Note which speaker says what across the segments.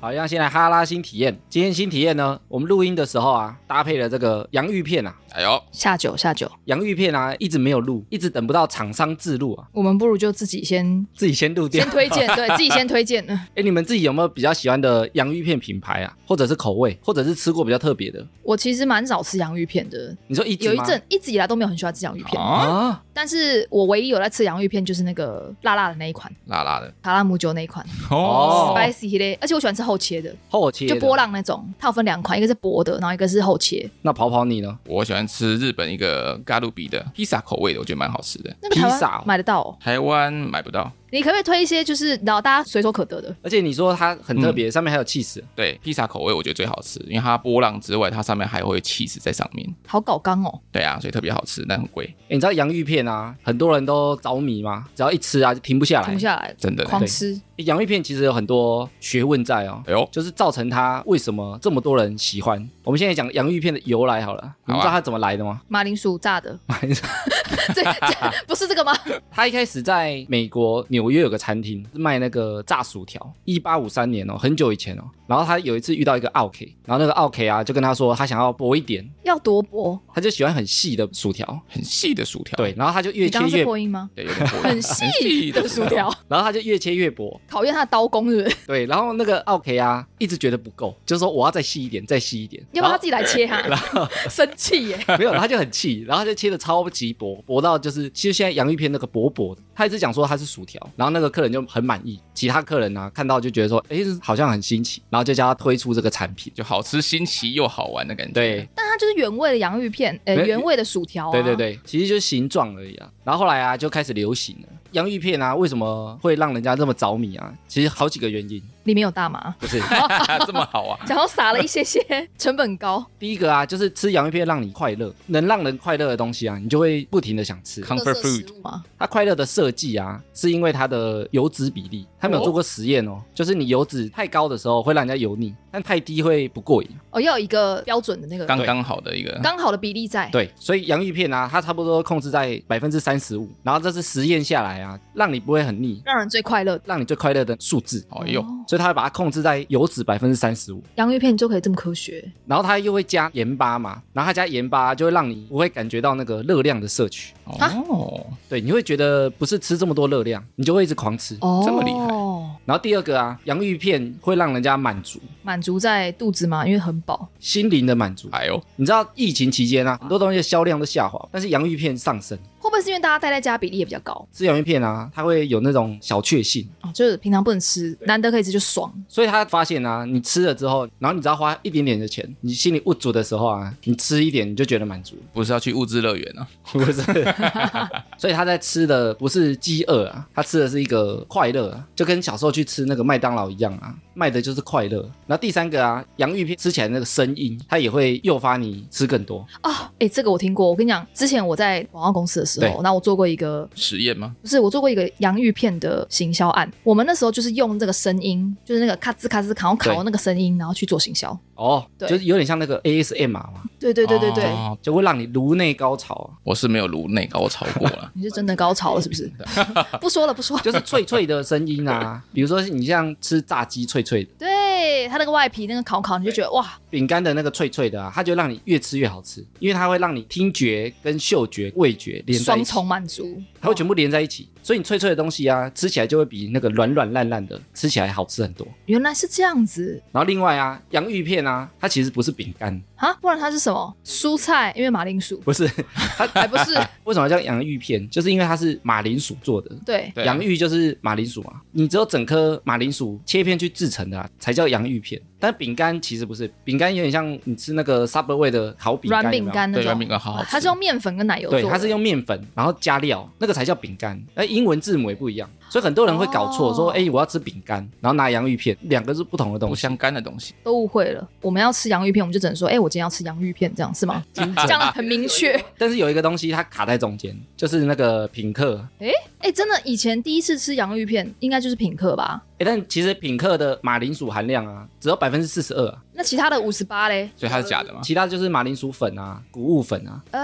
Speaker 1: 好，让先来哈拉新体验。今天新体验呢，我们录音的时候啊，搭配了这个洋芋片啊，
Speaker 2: 哎呦，
Speaker 3: 下酒下酒，
Speaker 1: 洋芋片啊，一直没有录，一直等不到厂商自录啊，
Speaker 3: 我们不如就自己 先
Speaker 1: 自己先录掉
Speaker 3: 先。推 荐，对自己先推荐。
Speaker 1: 哎，你们自己有没有比较喜欢的洋芋片品牌啊，或者是口味，或者是吃过比较特别的？
Speaker 3: 我其实蛮少吃洋芋片的，
Speaker 1: 你说一直
Speaker 3: 有一
Speaker 1: 吗
Speaker 3: 阵一直以来都没有很喜欢吃洋芋片，
Speaker 2: 啊，
Speaker 1: 啊，
Speaker 3: 但是我唯一有在吃洋芋片就是那个辣辣的那一款，
Speaker 2: 辣辣的
Speaker 3: 卡拉姆酒那一款、
Speaker 1: 哦
Speaker 3: s p i c y 嘞，而且我喜欢吃厚切的，
Speaker 1: 后切
Speaker 3: 就
Speaker 1: 的
Speaker 3: 波。浪那种，它有分两款，一个是薄的，然后一个是厚切。
Speaker 1: 那跑跑你呢？
Speaker 2: 我喜欢吃日本一个咖喱比的披萨口味的，我觉得蛮好吃的。
Speaker 3: 那个台
Speaker 1: 披萨哦
Speaker 3: 湾买得到、哦，
Speaker 2: 台湾买不到，
Speaker 3: 你可不可以推一些就是然后大家随手可得的？
Speaker 1: 而且你说它很特别，上面还有 cheese，
Speaker 2: 对，披萨口味我觉得最好吃，因为它波浪之外，它上面还会 cheese 在上面。
Speaker 3: 好搞刚哦，
Speaker 2: 对啊，所以特别好吃，但很贵，
Speaker 1: 诶你知道洋芋片啊，很多人都着迷吗？只要一吃啊，就停不下来。
Speaker 3: 停不下来，
Speaker 2: 真的。
Speaker 3: 狂吃。
Speaker 1: 洋芋片其实有很多学问在哦，
Speaker 2: 哎呦，
Speaker 1: 就是造成它为什么这么多人喜欢。我们现在讲洋芋片的由来好了，你们知道它怎么来的吗？
Speaker 3: 马铃薯炸的， 这这不是这个吗？
Speaker 1: 它一开始在美国纽约有个餐厅卖那个炸薯条，一八五三年哦，很久以前哦。然后他有一次遇到一个奥 K，然后那个奥 K 啊就跟他说他想要薄一点，
Speaker 3: 要多薄？
Speaker 1: 他就喜欢很细的薯条，
Speaker 2: 很细的薯条，
Speaker 1: 对，然后他就越
Speaker 3: 你
Speaker 1: 切
Speaker 3: 刚刚是
Speaker 1: 越，
Speaker 3: 破音吗？
Speaker 2: 对，有点过
Speaker 3: 很细的薯条，
Speaker 1: 然后他就越切越薄，
Speaker 3: 考验他的刀工是不 是？
Speaker 1: 对，然后那个奥 K 啊一直觉得不够，就说我要再细一点，再细一点，
Speaker 3: 要不要他自己来切哈？生气耶！
Speaker 1: 没有，他就很气，然后他就切的超级薄，薄到就是，其实现在洋芋片那个薄薄的，他一直讲说它是薯条，然后那个客人就很满意，其他客人啊看到就觉得说，哎，好像很新奇，然后就叫他推出这个产品。
Speaker 2: 就好吃、新奇又好玩的感觉。
Speaker 1: 对，
Speaker 3: 但它就是原味的洋芋片，呃，
Speaker 1: 没有
Speaker 3: 原味的薯条啊。
Speaker 1: 对对，对，其实就是形状而已啊。然后后来啊就开始流行了。洋芋片啊，为什么会让人家这么着迷啊？其实好几个原因，
Speaker 3: 里面有大麻，
Speaker 1: 不是
Speaker 2: 这么好啊！
Speaker 3: 然后撒了一些些， 成本高。
Speaker 1: 第一个啊，就是吃洋芋片让你快乐，能让人快乐的东西啊，你就会不停的想吃。
Speaker 2: Comfort food
Speaker 3: 嘛，
Speaker 1: 它快乐的设计啊，是因为它的油脂比例，他们有做过实验哦，就是你油脂太高的时候会让人家油腻，但太低会不过瘾。
Speaker 3: 哦，要有一个标准的那个
Speaker 2: 刚刚好的一个，
Speaker 3: 刚好的比例在。
Speaker 1: 对，所以洋芋片啊，它差不多控制在百分之三十五，然后这是实验下来啊，让你不会很腻，
Speaker 3: 让人最快乐。
Speaker 1: 让你最快乐的数字。
Speaker 2: 哎呦，
Speaker 3: 哦
Speaker 1: 所以它会把它控制在油脂百分之三十五，
Speaker 3: 洋芋片就可以这么科学，
Speaker 1: 然后它又会加盐巴嘛，然后它加盐巴就会让你不会感觉到那个热量的摄取，
Speaker 2: 哦，
Speaker 1: 对，你会觉得不是吃这么多热量，你就会一直狂吃。
Speaker 3: 哦
Speaker 2: 这么厉
Speaker 3: 害，
Speaker 1: 然后第二个啊，洋芋片会让人家满足，
Speaker 3: 满足在肚子嘛，因为很饱。
Speaker 1: 心灵的满足。
Speaker 2: 哎呦，
Speaker 1: 你知道疫情期间啊，很多东西的销量都下滑，但是洋芋片上升。
Speaker 3: 会不会是因为大家待在家比例也比较高
Speaker 1: 吃洋芋片啊，它会有那种小确幸，
Speaker 3: 哦，就是平常不能吃，难得可以吃就爽。
Speaker 1: 所以他发现啊，你吃了之后，然后你只要花一点点的钱，你心里不足的时候啊，你吃一点你就觉得满足，
Speaker 2: 不是要去物质乐园啊？
Speaker 1: 不是？ 所以他在吃的不是饥饿啊，他吃的是一个快乐啊，就跟小时候去吃那个麦当劳一样啊，卖的就是快乐。然后第三个啊，洋芋片吃起来那个声音，它也会诱发你吃更多。
Speaker 3: 啊，哎、这个我听过。我跟你讲，之前我在广告公司的时
Speaker 1: 对
Speaker 3: 候，那我做过一个，
Speaker 2: 实验吗？
Speaker 3: 不是我做过一个洋芋片的行销案。我们那时候就是用这个声音，就是那个咔吱咔吱，然后
Speaker 1: 对
Speaker 3: 烤那个声音，然后去做行销。
Speaker 1: 哦，
Speaker 3: 对
Speaker 1: 就是有点像那个 ASMR 嘛，
Speaker 3: 对对对对对，。
Speaker 2: 哦
Speaker 1: 就会让你颅内高潮啊，
Speaker 2: 我是没有颅内高潮过了
Speaker 3: 你是真的高潮了是 不是？不说了不说了，
Speaker 1: 就是脆脆的声音 啊。比如说你像吃炸鸡脆脆的，
Speaker 3: 对它那个外皮那个烤烤，你就觉得哇，
Speaker 1: 饼干的那个脆脆的啊，它就让你越吃越好吃，因为它会让你听觉跟嗅觉、味觉连在
Speaker 3: 双
Speaker 1: 一起，
Speaker 3: 重满足。
Speaker 1: 它会全部连在一起，所以你脆脆的东西啊，吃起来就会比那个软软烂烂的吃起来好吃很多。
Speaker 3: 原来是这样子
Speaker 1: 然后另外啊，洋芋片啊，它其实不是饼干，
Speaker 3: 啊，不然它是什么蔬菜？因为马铃薯，
Speaker 1: 不是
Speaker 3: 还不 是
Speaker 1: 为什么叫洋芋片？就是因为它是马铃薯做的，
Speaker 3: 对
Speaker 2: 对啊
Speaker 1: 洋芋就是马铃薯嘛，你只有整颗马铃薯切片去制成的、啊，才叫洋芋片。但饼干其实不是，饼干有点像你吃那个 Subway 的烤饼干，
Speaker 3: 软饼干那
Speaker 2: 对，
Speaker 3: 种
Speaker 2: 软，饼干好好吃。
Speaker 3: 它是用面粉跟奶
Speaker 1: 有
Speaker 3: 油做
Speaker 1: 没
Speaker 3: 的，
Speaker 1: 有。对，它是用面粉，然后加料，那个才叫饼干。那英文字母也不一样，所以很多人会搞错，
Speaker 3: 哦
Speaker 1: 说哎、诶我要吃饼干，然后拿洋芋片，两个是不同的
Speaker 2: 不
Speaker 1: 东西。
Speaker 2: 相干的东西，
Speaker 3: 都误会了。我们要吃洋芋片，我们就只能说，哎、我今天要吃洋芋片，这样是吗？这样很明 确。
Speaker 1: 但是有一个东西它卡在中间，就是那个品客。
Speaker 3: 哎、真的，以前第一次吃洋芋片，应该就是品客吧？
Speaker 1: 哎、但其实品客的马铃薯含量啊，只有百分之四十二，啊
Speaker 3: 那其他的五十八嘞？
Speaker 2: 所以它是假的嘛？
Speaker 1: 其他就是马铃薯粉啊、谷物粉啊，
Speaker 3: 哎、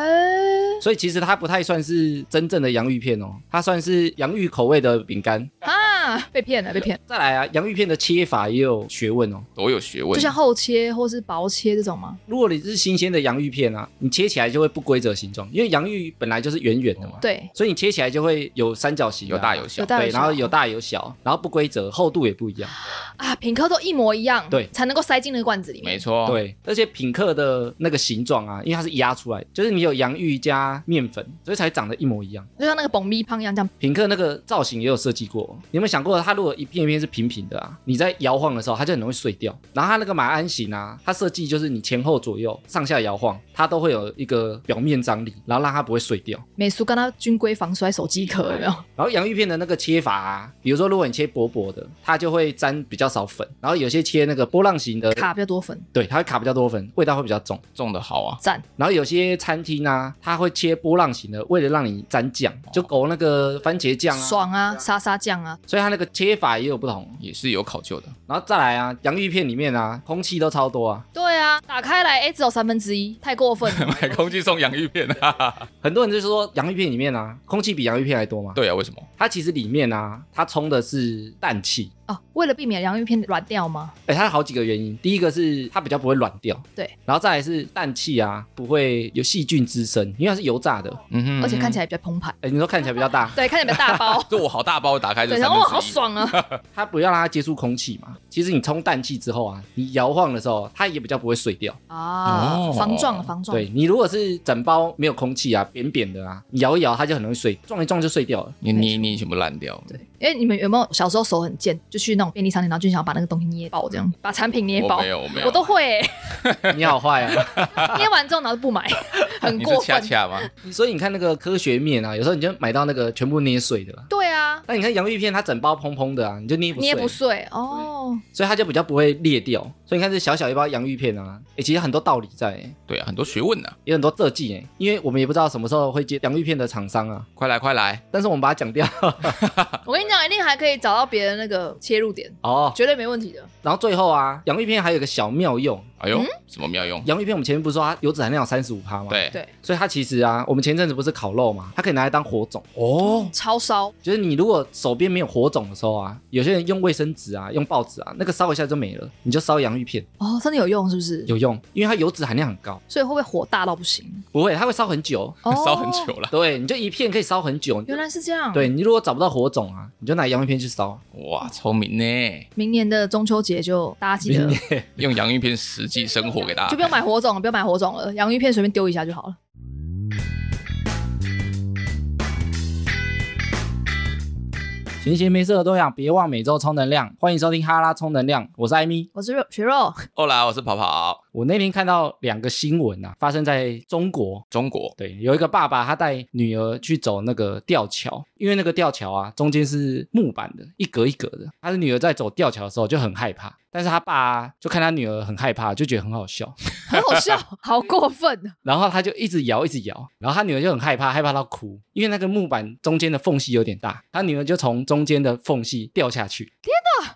Speaker 1: 所以其实它不太算是真正的洋芋片哦，它算是洋芋口味的饼干。
Speaker 3: 啊，啊，被骗了，被骗。
Speaker 1: 再来啊，洋芋片的切法也有学问哦。
Speaker 2: 我有学问，
Speaker 3: 就像厚切或是薄切这种吗？
Speaker 1: 如果你是新鲜的洋芋片啊，你切起来就会不规则形状，因为洋芋本来就是圆圆的嘛，
Speaker 3: 对，
Speaker 1: 所以你切起来就会有三角形、啊
Speaker 2: 有大有
Speaker 3: 哦
Speaker 2: 小
Speaker 3: 有，大
Speaker 1: 对，然后
Speaker 3: 小
Speaker 1: 有大有小，然后不规则，厚度也不一样。
Speaker 3: 啊，品客都一模一样，
Speaker 1: 对
Speaker 3: 才能够塞进那个罐子里面。
Speaker 2: 没错，，
Speaker 1: 对，而且品客的那个形状啊，因为它是压出来，就是你有洋芋加面粉，所以才长得一模一样。
Speaker 3: 就像那个蹦咪胖一样，这样
Speaker 1: 品客那个造型也有设计过，你有没有想过，它如果一片一片是平平的啊，你在摇晃的时候，它就很容易碎掉。然后它那个马鞍形啊，它设计就是你前后左右上下摇晃，它都会有一个表面张力，然后让它不会碎掉。
Speaker 3: 美苏跟他军规防摔手机壳有没有？
Speaker 1: 然后洋芋片的那个切法啊，比如说如果你切薄薄的，它就会沾比较少粉，然后有些切那个波浪形的，
Speaker 3: 卡比较多粉，
Speaker 1: 对，它会卡比较多粉，味道会比较重。
Speaker 2: 种的好啊，
Speaker 3: 赞，
Speaker 1: 然后有些餐厅啊，它会切波浪形的，为了让你沾酱，就勾那个番茄酱啊，
Speaker 3: 爽啊，沙沙酱啊，
Speaker 1: 所以它那个切法也有不同。
Speaker 2: 也是有考究的。
Speaker 1: 然后再来啊，洋芋片里面啊，空气都超多啊，
Speaker 3: 对啊，打开来，哎，只有三分之一，太过分 了。
Speaker 2: 买空气送洋芋片啊？
Speaker 1: 很多人就说洋芋片里面啊，空气比洋芋片还多嘛。
Speaker 2: 对啊，为什么？
Speaker 1: 它其实里面啊，它冲的是氮气。
Speaker 3: 哦，为了避免洋芋片软掉吗？
Speaker 1: 哎，它有好几个原因。第一个是它比较不会软掉，
Speaker 3: 对，
Speaker 1: 然后再来是氮气啊，不会有细菌滋生，因为它是油炸的。
Speaker 2: 嗯哼
Speaker 3: 而且看起
Speaker 2: 来
Speaker 3: 来比较澎湃，
Speaker 1: 哎，你说看起来比较大，
Speaker 3: 对，看起来比较大
Speaker 2: ，
Speaker 3: 包
Speaker 2: 就我好大包，打开就
Speaker 3: 对，
Speaker 2: 是
Speaker 3: 然
Speaker 2: 三
Speaker 3: 后
Speaker 2: 分
Speaker 3: 哇，
Speaker 2: 之一
Speaker 3: 好爽啊，
Speaker 1: 它不要让它接触空气嘛。其实你冲氮气之后啊，你摇晃的时候，它也比较不会碎掉。
Speaker 3: 啊，
Speaker 2: 哦
Speaker 3: 防撞防撞，
Speaker 1: 对你如果是整包没有空气啊，扁扁的啊，你摇一摇它就很容易碎，撞一撞就碎掉了。
Speaker 2: 你捏一捏全部烂掉了。
Speaker 3: 对，因为哎你们有没有小时候手很贱，就去那种便利商店，然后就想把那个东西捏爆，这样把产品捏
Speaker 2: 我
Speaker 3: 爆
Speaker 2: 没。有，我没有，
Speaker 3: 我都 会、
Speaker 1: 你好坏啊！
Speaker 3: 捏完之后然后就不买，很
Speaker 2: 你是
Speaker 3: 过
Speaker 2: 恰
Speaker 3: 分。
Speaker 2: 恰吗？
Speaker 1: 所以你看那个科学面啊，有时候你就买到那个全部捏碎的啦。
Speaker 3: 对啊，
Speaker 1: 那你看洋芋片，它整包蓬蓬的啊，你就捏不碎，
Speaker 3: 捏不碎哦。
Speaker 1: 所以它就比较不会裂掉。所以你看这小小一包洋芋片啊，诶，其实很多道理在、欸，
Speaker 2: 对啊，很多学问呢。
Speaker 1: 有很多设计诶，因为我们也不知道什么时候会接洋芋片的厂商啊，
Speaker 2: 快来快来，
Speaker 1: 但是我们把它讲掉
Speaker 3: 我跟你讲，一定还可以找到别的那个切入点，
Speaker 1: 哦。
Speaker 3: 绝对没问题的。
Speaker 1: 然后最后啊，洋芋片还有一个小妙用，
Speaker 2: 哎
Speaker 3: 嗯
Speaker 2: 呦，什么妙用？
Speaker 1: 洋芋片我们前面不是说它油脂含量有三十五趴吗？，
Speaker 2: 对，
Speaker 3: 对，
Speaker 1: 所以它其实啊，我们前阵子不是烤肉嘛，它可以拿来当火种哦。
Speaker 3: 超烧，
Speaker 1: 就是你如果手边没有火种的时候啊，有些人用卫生纸啊，用报纸啊，那个烧一下就没了，你就烧洋芋片
Speaker 3: 哦，真的有用是不是？
Speaker 1: 有用，因为它油脂含量很高，
Speaker 3: 所以会不会火大到不行？
Speaker 1: 不会，它会烧很久。
Speaker 3: 哦
Speaker 2: 烧很，久了。
Speaker 1: 对，你就一片可以烧很久。
Speaker 3: 原来是这样。，
Speaker 1: 对你如果找不到火种啊，你就拿洋芋片去烧。
Speaker 2: 哇，聪明呢，
Speaker 3: 明年的中秋节就大家记得，
Speaker 2: 用洋芋片实际生活给大
Speaker 3: 就不
Speaker 2: 家。
Speaker 3: 用买火种了，不用买火种了，洋芋片随便丢一下就好了。
Speaker 1: 闲闲没事的多养，别忘每周充能量。欢迎收听哈拉充能量，我是艾米。
Speaker 3: 我是肉学肉，
Speaker 2: 哦啦，我是跑跑，
Speaker 1: 我那天看到两个新闻啊，发生在中国。
Speaker 2: 中国
Speaker 1: 对，有一个爸爸他带女儿去走那个吊桥，因为那个吊桥啊中间是木板的，一格一格的。他的女儿在走吊桥的时候就很害怕，但是他爸啊就看他女儿很害怕，就觉得很好笑，
Speaker 3: 很好笑，好过分。啊
Speaker 1: 然后他就一直摇，一直摇，然后他女儿就很害怕，害怕到哭，因为那个木板中间的缝隙有点大，他女儿就从中间的缝隙掉下去。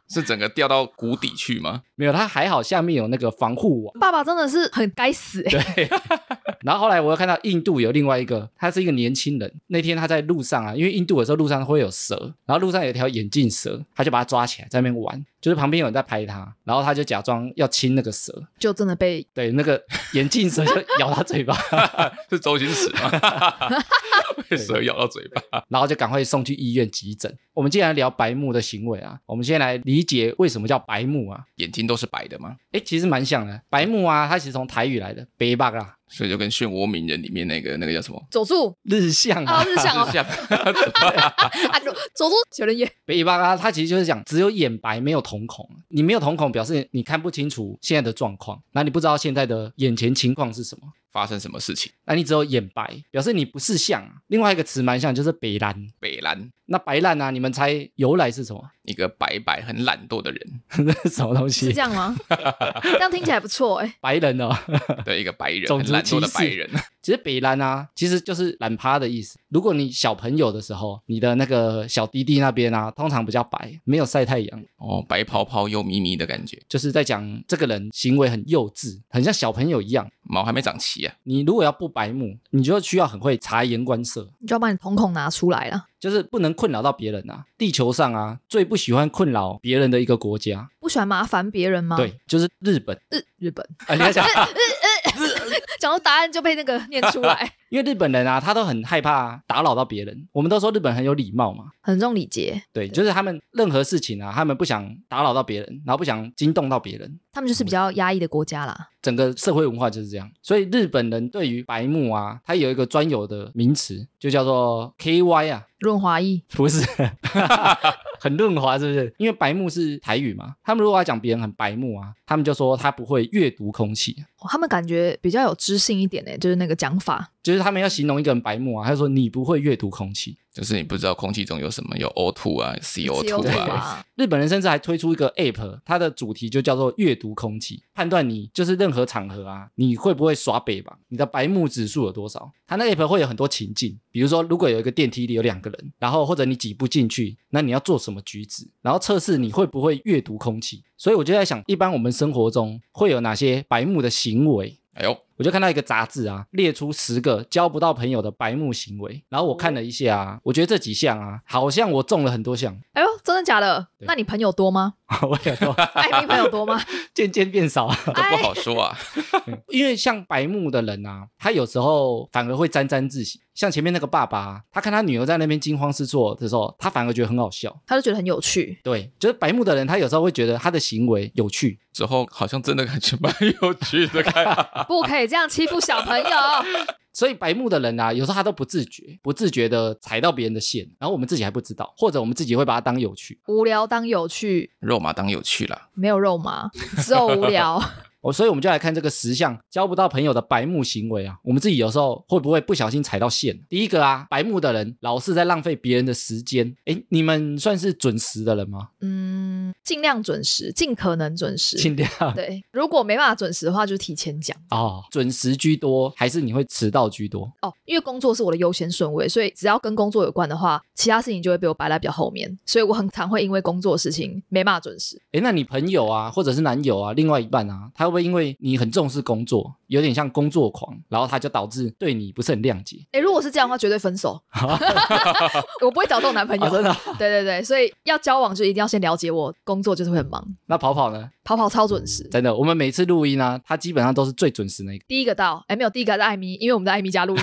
Speaker 2: 是整个掉到谷底去吗？
Speaker 1: 没有，他还好下面有那个防护网。
Speaker 3: 爸爸真的是很该死、欸，
Speaker 1: 然后后来我又看到印度有另外一个，他是一个年轻人，那天他在路上啊，因为印度有时候路上会有蛇，然后路上有一条眼镜蛇，他就把它抓起来在那边玩，就是旁边有人在拍他，然后他就假装要亲那个蛇，
Speaker 3: 就真的被
Speaker 1: 对，那个眼镜蛇就咬他嘴巴，
Speaker 2: 是周星驰吗？ 被蛇咬到嘴巴。
Speaker 1: 然后就赶快送去医院急诊。我们既然聊白目的行为啊，我们先来理解为什么叫白目啊。
Speaker 2: 眼睛都是白的吗？
Speaker 1: 诶，其实蛮像的，白目啊，它其实从台语来的，白目啊啦，
Speaker 2: 所以就跟《漩涡鸣人》里面那个那个叫什么？
Speaker 3: 佐助
Speaker 1: 日向啊
Speaker 3: 啊，，日向哦
Speaker 2: 是，像
Speaker 3: 啊，佐佐助小人也
Speaker 1: 北巴拉它其实就是讲只有眼白没有瞳孔，你没有瞳孔表示你看不清楚现在的状况，那你不知道现在的眼前情况是什么，
Speaker 2: 发生什么事情？
Speaker 1: 那你只有眼白表示你不是像。啊另外一个词蛮像，就是北兰。
Speaker 2: 北兰，
Speaker 1: 那白烂啊，你们猜由来是什么？
Speaker 2: 一个白白很懒惰的人，
Speaker 1: 那是什么东
Speaker 3: 是
Speaker 1: 西
Speaker 3: 这？样吗？ 这样听起来不错哎、
Speaker 1: 白人哦。
Speaker 2: 对，一个白人，
Speaker 1: 种
Speaker 2: 很
Speaker 1: 族
Speaker 2: 懒惰的
Speaker 1: 歧视
Speaker 2: 白人。
Speaker 1: 其实北兰啊，其实就是懒趴的意思。如果你小朋友的时候，你的那个小弟弟那边啊，通常比较白，没有晒太阳，
Speaker 2: 哦，白泡泡又咪咪的感觉，
Speaker 1: 就是在讲这个人行为很幼稚，很像小朋友一样。
Speaker 2: 毛还没长齐啊。
Speaker 1: 你如果要不白目，你就需要很会察言观色。
Speaker 3: 你就要把你瞳孔拿出来了。
Speaker 1: 就是不能困扰到别人啊。地球上啊，最不喜欢困扰别人的一个国家，
Speaker 3: 不喜欢麻烦别人吗？
Speaker 1: 对，就是日本
Speaker 3: 日日本，
Speaker 1: 啊。你要想，
Speaker 3: 讲到答案就被那个念出 来，
Speaker 1: 因为日本人啊，他都很害怕打扰到别人。我们都说日本很有礼貌嘛，
Speaker 3: 很重礼节，
Speaker 1: 对，就是他们任何事情啊，他们不想打扰到别人，然后不想惊动到别人。
Speaker 3: 他们就是比较压抑的国家啦。
Speaker 1: 整个社会文化就是这样，所以日本人对于白目啊，他有一个专有的名词，就叫做 KY 啊，
Speaker 3: 润滑液
Speaker 1: 不是， 很润滑是不是？因为白目是台语嘛，他们如果要讲别人很白目啊，他们就说他不会阅读空气，
Speaker 3: 哦他们感觉比较有知性一点呢，就是那个讲法，
Speaker 1: 就是他们要形容一个人白目啊，他就说你不会阅读空气。
Speaker 2: 就是你不知道空气中有什么，有 O2 啊，CO2
Speaker 3: CO2
Speaker 2: 啊，
Speaker 3: 啊，
Speaker 1: 日本人甚至还推出一个 app，它的主题就叫做阅读空气，判断你就是任何场合啊，你会不会耍北吧，你的白目指数有多少？它那 app 会有很多情境，比如说如果有一个电梯里有两个人，然后或者你挤不进去，那你要做什么举止，然后测试你会不会阅读空气。所以我就在想，一般我们生活中会有哪些白目的行为？
Speaker 2: 哎呦，
Speaker 1: 我就看到一个杂志啊，列出十个交不到朋友的白目行为，然后我看了一下啊，我觉得这几项啊，好像我中了很多项，
Speaker 3: 哎呦，真的假的？
Speaker 1: 对
Speaker 3: 那你朋友多吗？
Speaker 1: 我有多
Speaker 3: 哎，你朋友多吗？
Speaker 1: 渐渐变少 啊，
Speaker 2: 都不
Speaker 3: 哎，
Speaker 2: 好说啊。
Speaker 1: 因为像白目的人啊，他有时候反而会沾沾自喜。像前面那个爸爸、啊，他看他女儿在那边惊慌失措的时候，他反而觉得很好笑。
Speaker 3: 他就觉得很有 趣，
Speaker 1: 对，就是白目的人，他有时候会觉得他的行为有趣。
Speaker 2: 之后好像真的感觉蛮有趣的，看
Speaker 3: 不可以这样欺负小朋友。
Speaker 1: 所以白目的人啊，有时候他都不自觉、不自觉的踩到别人的线，然后我们自己还不知道，或者我们自己会把它当有趣。
Speaker 3: 无聊当有趣，
Speaker 2: 肉麻当有趣啦。
Speaker 3: 没有肉 麻，只有无聊。
Speaker 1: 哦，所以我们就来看这个十项交不到朋友的白目行为啊，我们自己有时候会不会不小心踩到线？第一个啊，白目的人老是在浪费别人的时间。诶，你们算是准时的人吗？
Speaker 3: 嗯，尽量准时，尽可能准时。
Speaker 1: 尽量
Speaker 3: 对，如果没办法准时的话，就提前讲
Speaker 1: 哦，准时居多还是你会迟到居多？
Speaker 3: 哦。因为工作是我的优先顺位，所以只要跟工作有关的话，其他事情就会被我摆在比较后面。所以我很常会因为工作的事情没办法准时。
Speaker 1: 诶，那你朋友啊，或者是男友啊，另外一半啊，他会不会因为你很重视工作，有点像工作狂，然后他就导致对你不是很谅解？
Speaker 3: 诶，如果是这样的话，绝对分 手。我不会找这种男朋友。
Speaker 1: 啊，真的啊、
Speaker 3: 对对对，所以要交往就一定要先了解我，工作就是会很忙，
Speaker 1: 那跑跑呢？
Speaker 3: 跑跑超准时。
Speaker 1: 真的，我们每次录音啊，他基本上都是最准时那 个。
Speaker 3: 第一个到，哎，没有，第一个是艾米，因为我们在艾米家录音，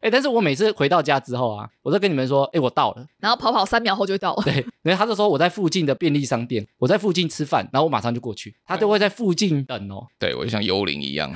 Speaker 1: 诶，但是我每次回到家之后啊，我都跟你们说，诶，我到了。
Speaker 3: 然后跑跑三秒后就到了。
Speaker 1: 对，然后他就说我在附近的便利商店，我在附近吃饭，然后我马上就过去。他都会在附近等哦，
Speaker 2: 对我就像幽灵一样，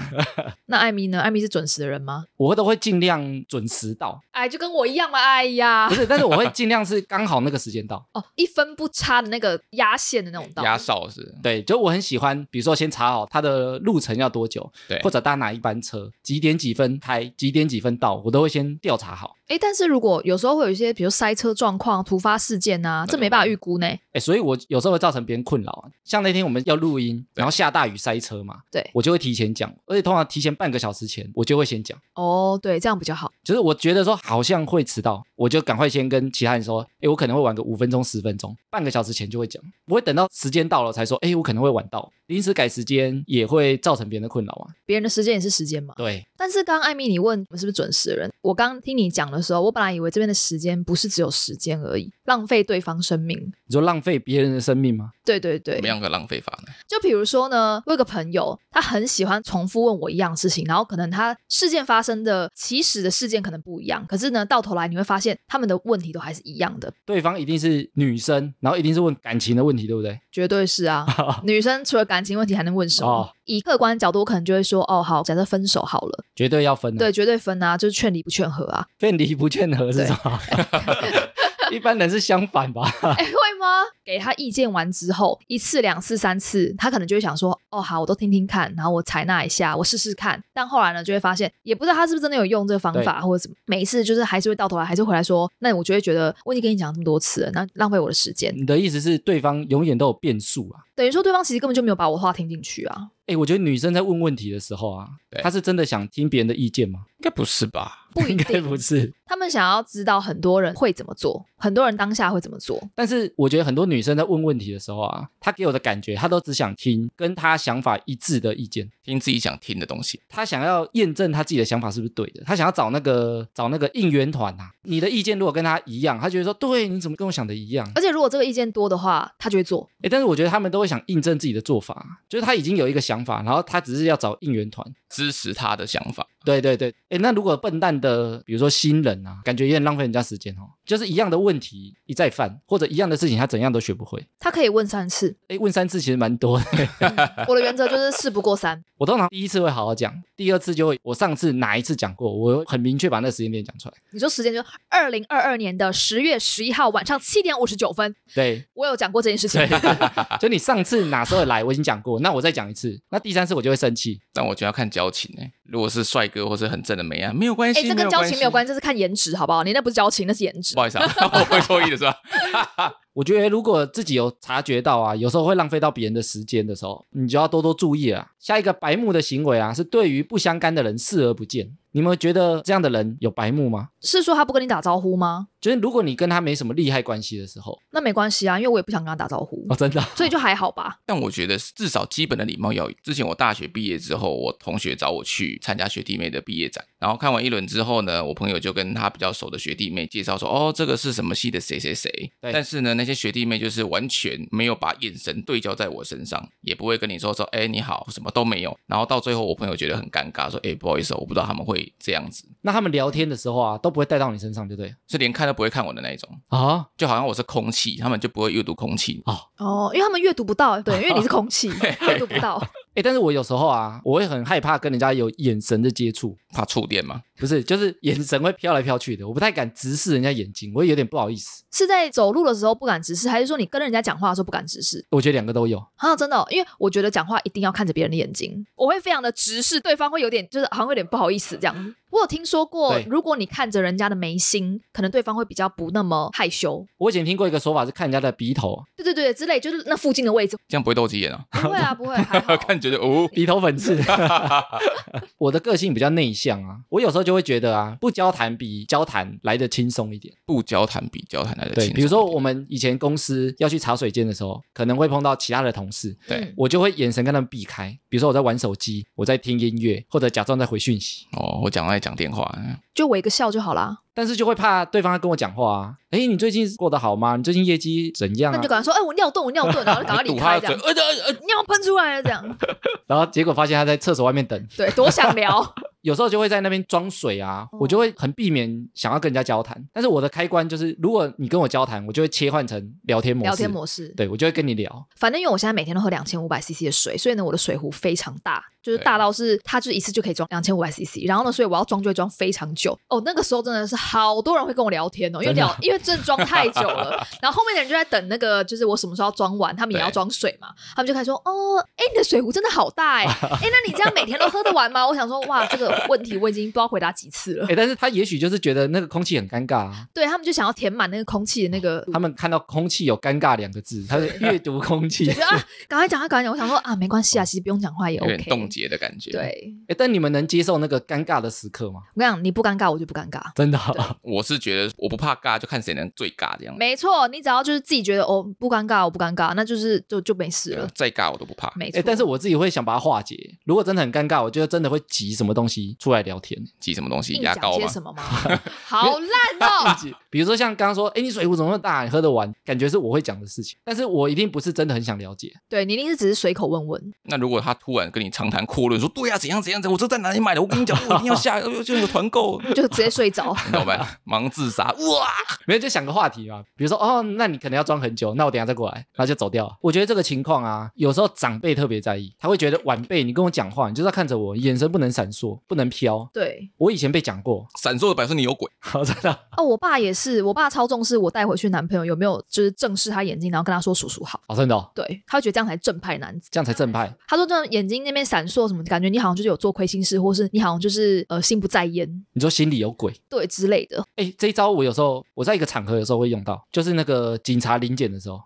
Speaker 3: 那艾米呢？艾米是准时的人吗？
Speaker 1: 我都会尽量准时到，
Speaker 3: 哎，就跟我一样嘛。哎呀
Speaker 1: 不，是，但是我会尽量是刚好那个时间到。
Speaker 3: 哦，一分不差的那个压线的那种到。
Speaker 2: 压哨是，
Speaker 1: 对，就我很喜欢，比如说先查好它的路程要多久，
Speaker 2: 对，
Speaker 1: 或者搭哪一班车，几点几分开，几点几分到，我都会先调查好。
Speaker 3: 哎，但是如果有时候会有一些，比如塞车状况、突发事件啊，这没办法预估呢。
Speaker 1: 哎，所以我有时候会造成别人困扰啊。像那天我们要录音，然后下大雨塞车嘛，
Speaker 3: 对
Speaker 1: 我就会提前讲，而且通常提前半个小时前我就会先讲。
Speaker 3: 哦，对，这样比较好。
Speaker 1: 就是我觉得说好像会迟到，我就赶快先跟其他人说，哎，我可能会晚个五分钟、十分钟，半个小时前就会讲，不会等到时间到了才说，哎，我可能会晚到，临时改时间也会造成别人的困扰啊。
Speaker 3: 别人的时间也是时间嘛。
Speaker 1: 对，
Speaker 3: 但是刚刚艾米你问我们是不是准时的人，我刚听你讲的时候，我本来以为这边的时间不是只有时间而已，浪费对方生命。
Speaker 1: 你说浪费别人的生命吗？
Speaker 3: 对对对
Speaker 2: 怎么，样个浪费法呢？
Speaker 3: 就比如说呢，我有个朋友，他很喜欢重复问我一样事情，然后可能他事件发生的起始的事件可能不一样，可是呢，到头来你会发现他们的问题都还是一样的，
Speaker 1: 对方一定是女生，然后一定是问感情的问题，对不对？
Speaker 3: 绝对是啊。 女生除了感情问题还能问什么？
Speaker 1: 哦
Speaker 3: 以客观角度，我可能就会说，哦，好，假设分手好了，
Speaker 1: 绝对要分的，
Speaker 3: 对，绝对分啊，就是劝离不劝和啊，
Speaker 1: 劝离不劝和是什么？ 一般人是相反吧？
Speaker 3: 哎，会吗？给他意见完之后，一次、两次、三次，他可能就会想说，哦，好，我都听听看，然后我采纳一下，我试试看。但后来呢，就会发现，也不知道他是不是真的有用这个方法或者什么。每一次就是还是会到头来，还是回来说，那我就会觉得，我已经跟你讲这么多次了，那浪费我的时间，
Speaker 1: 你的意思是对方永远都有变数啊？
Speaker 3: 等于说对方其实根本就没有把我话听进去啊。
Speaker 1: 哎，我觉得女生在问问题的时候啊
Speaker 2: 对，
Speaker 1: 她是真的想听别人的意见吗？
Speaker 2: 应该不是吧？
Speaker 3: 不一
Speaker 1: 应该不
Speaker 3: 定。
Speaker 1: 是。
Speaker 3: 他们想要知道很多人会怎么做，很多人当下会怎么做。
Speaker 1: 但是我觉得很多女生在问问题的时候啊，她给我的感觉，她都只想听跟她想法一致的意见。
Speaker 2: 听自己想听的东西，
Speaker 1: 她想要验证她自己的想法是不是对的，她想要找那个找那个应援团啊。你的意见如果跟她一样，她觉得说对，你怎么跟我想的一样？
Speaker 3: 而且如果这个意见多的话，他就会做。
Speaker 1: 哎，但是我觉得他们都会想印证自己的做法，就是他已经有一个想法，然后他只是要找应援团。
Speaker 2: 支持他的想法。
Speaker 1: 对对对，哎，那如果笨蛋的，比如说新人啊，感觉有点浪费人家时间哦，就是一样的问题一再犯，或者一样的事情他怎样都学不会。
Speaker 3: 他可以问三次，嗯
Speaker 1: 哎，问三次其实蛮多的，
Speaker 3: 我的原则就是事不过三。
Speaker 1: 我通常第一次会好好讲，第二次就会，我上次哪一次讲过，我会很明确把那个时间点讲出来。
Speaker 3: 你说时间就二零二二年的十月十一号晚上七点五十九分，
Speaker 1: 对
Speaker 3: 我有讲过这件事情
Speaker 1: 对。， 就你上次哪时候来，我已经讲过，那我再讲一次，那第三次我就会生气。
Speaker 2: 但我觉得要看交情哎、如果是帅哥或是很正的美啊，没有关系，
Speaker 3: 哎，这跟交情没有关系，
Speaker 2: 系。
Speaker 3: 这是看颜值好不好？你那不是交情，那是颜值
Speaker 2: 不。好意思啊， 我会错意的是吧？
Speaker 1: 我觉得如果自己有察觉到啊，有时候会浪费到别人的时间的时候，你就要多多注意啊。下一个白目的行为啊，是对于不相干的人视而不见。你们觉得这样的人有白目吗？
Speaker 3: 是说他不跟你打招呼吗？
Speaker 1: 就是如果你跟他没什么利害关系的时候，
Speaker 3: 那没关系啊，因为我也不想跟他打招呼，
Speaker 1: 哦，真的啊、
Speaker 3: 所以就还好吧。
Speaker 2: 但我觉得至少基本的礼貌要有。之前我大学毕业之后，我同学找我去参加学弟妹的毕业展，然后看完一轮之后呢，我朋友就跟他比较熟的学弟妹介绍说，哦，这个是什么系的谁谁谁。
Speaker 1: 对
Speaker 2: 但是呢，那些学弟妹就是完全没有把眼神对焦在我身上，也不会跟你说说，哎，你好，什么都没有。然后到最后，我朋友觉得很尴尬，说，哎，不好意思哦，我不知道他们会这样子，
Speaker 1: 那他们聊天的时候啊，都不会带到你身上，就对了
Speaker 2: 是连看都不会看我的那一种，
Speaker 1: 啊。
Speaker 2: 就好像我是空气，他们就不会阅读空气。
Speaker 3: 哦，因为他们阅读不到，对，因为你是空气，阅读不 到。
Speaker 1: 哎，但是我有时候啊，我会很害怕跟人家有眼神的接触，
Speaker 2: 怕触电吗？
Speaker 1: 不是，就是眼神会飘来飘去的，我不太敢直视人家眼睛，我也有点不好意思。
Speaker 3: 是在走路的时候不敢直视，还是说你跟人家讲话的时候不敢直视？
Speaker 1: 我觉得两个都有，
Speaker 3: 啊，真的哦、因为我觉得讲话一定要看着别人的眼睛，我会非常的直视对方，会有点就是好像有点不好意思这
Speaker 2: 嗯
Speaker 3: 样。我有听说过
Speaker 1: 对，
Speaker 3: 如果你看着人家的眉心，可能对方会比较不那么害羞。
Speaker 1: 我以前听过一个说法是看人家的鼻头，
Speaker 3: 对对对，之类就是那附近的位置，
Speaker 2: 这样不会斗鸡眼啊？
Speaker 3: 不会啊，不会，还好。
Speaker 2: 看觉得哦，
Speaker 1: 鼻头粉 刺。我的个性比较内向啊，我有时候就会觉得啊，不交谈比交谈来的轻松一点。
Speaker 2: 不交谈比交谈来的轻
Speaker 1: 对，
Speaker 2: 松一点。
Speaker 1: 比如说我们以前公司要去茶水间的时候，可能会碰到其他的同事，
Speaker 3: 嗯
Speaker 2: 对
Speaker 1: 我就会眼神跟他们避开。比如说我在玩手机，我在听音乐，或者假装在回讯息，
Speaker 2: 哦，我讲在讲电话，嗯
Speaker 3: 就我一个笑就好啦。
Speaker 1: 但是就会怕对方要跟我讲话啊。哎，你最近过得好吗？你最近业绩怎样
Speaker 3: 那
Speaker 1: 啊
Speaker 3: 你就？赶快说，哎、我尿遁，我尿遁，然后就赶快
Speaker 2: 嗯 堵
Speaker 3: 离开
Speaker 2: 他的
Speaker 3: 这
Speaker 2: 嘴，
Speaker 3: 样。
Speaker 2: 呃呃呃，
Speaker 3: 尿喷出来了，这样
Speaker 1: 然后结果发现他在厕所外面等，
Speaker 3: 对，多想 聊。
Speaker 1: 有时候就会在那边装水啊，
Speaker 3: 哦
Speaker 1: 我就会很避免想要跟人家交谈。但是我的开关就是，如果你跟我交谈，我就会切换成聊天模式。
Speaker 3: 聊天模式，
Speaker 1: 对我就会跟你聊。
Speaker 3: 反正因为我现在每天都喝两千五百 CC 的水，所以呢，我的水壶非常大，就是大到是它就是一次就可以装两千五百 CC。然后呢，所以我要装就会装非常久。哦，那个时候真的是好多人会跟我聊天哦，因为
Speaker 1: 真的
Speaker 3: 聊因为真的装太久了。然后后面的人就在等那个，就是我什么时候要装完，他们也要
Speaker 2: 对
Speaker 3: 装水嘛，他们就开始说，哦，哎，你的水壶真的好大哎，哎，那你这样每天都喝得完吗？我想说，哇，这个问题我已经不知道回答几次了
Speaker 1: 哎、。但是他也许就是觉得那个空气很尴尬、啊，
Speaker 3: 对他们就想要填满那个空气的那个
Speaker 1: 他们看到空气有“尴尬”两个字，他是 阅读空气。
Speaker 3: 就
Speaker 1: 哎
Speaker 3: 觉得啊，赶快讲啊，赶快讲。我想说啊，没关系啊，其实不用讲话也
Speaker 2: 有
Speaker 3: OK。
Speaker 2: 点冻结的感觉。，
Speaker 3: 对，
Speaker 1: 但你们能接受那个尴尬的时刻吗？
Speaker 3: 我跟你讲，你不尴尬，我就不尴尬。
Speaker 1: 真的、啊
Speaker 2: 我是觉得我不怕尬，就看谁能最尬这样。
Speaker 3: 没错，你只要就是自己觉得哦不尴尬，我不尴尬，那就是就就没事
Speaker 2: 对
Speaker 3: 了
Speaker 2: 啊。再尬我都不怕，
Speaker 3: 没
Speaker 1: 哎、
Speaker 3: 错，
Speaker 1: 但是我自己会想把它化解。如果真的很尴尬，我觉得真的会挤什么东西出来聊天。
Speaker 2: 挤什么东西？
Speaker 3: 硬
Speaker 2: 牙
Speaker 3: 讲
Speaker 2: 膏
Speaker 3: 些
Speaker 2: 吗？
Speaker 3: 什么吗？好烂哦！
Speaker 1: 比如说像刚刚说，哎、你水壶怎么那么大？你喝得完？感觉是我会讲的事情，但是我一定不是真的很想了解。
Speaker 3: 对你一定是只是随口问问，
Speaker 2: 那如果他突然跟你长谈阔论，说对呀、啊怎样怎样怎样，我这在哪里买的？我跟你讲，我一定要下，呃就有团购，你
Speaker 3: 就直接 睡着。
Speaker 2: 怎么办？忙自杀哇！
Speaker 1: 没有就想个话题嘛，比如说哦，那你可能要装很久，那我等一下再过来，然后就走掉了。我觉得这个情况啊，有时候长辈特别在意，他会觉得晚辈你跟我讲话，你就是要看着我，眼神不能闪烁，不不能飘。
Speaker 3: 对
Speaker 1: 我以前被讲过，
Speaker 2: 闪烁的表示你有鬼，
Speaker 1: 好真的
Speaker 3: 哦，我爸也是，我爸超重视我带回去男朋友有没有就是正视他眼睛，然后跟他说叔叔好，
Speaker 1: 好真的哦，
Speaker 3: 对他会觉得这样才正派男子。
Speaker 1: 这样才正派。
Speaker 3: 他说这种眼睛那边闪烁什么，感觉你好像就是有做亏心事，或是你好像就是呃心不在焉，
Speaker 1: 你说心里有鬼，
Speaker 3: 对之类的。
Speaker 1: 哎，这一招我有时候我在一个场合有时候会用到，就是那个警察临检的时候，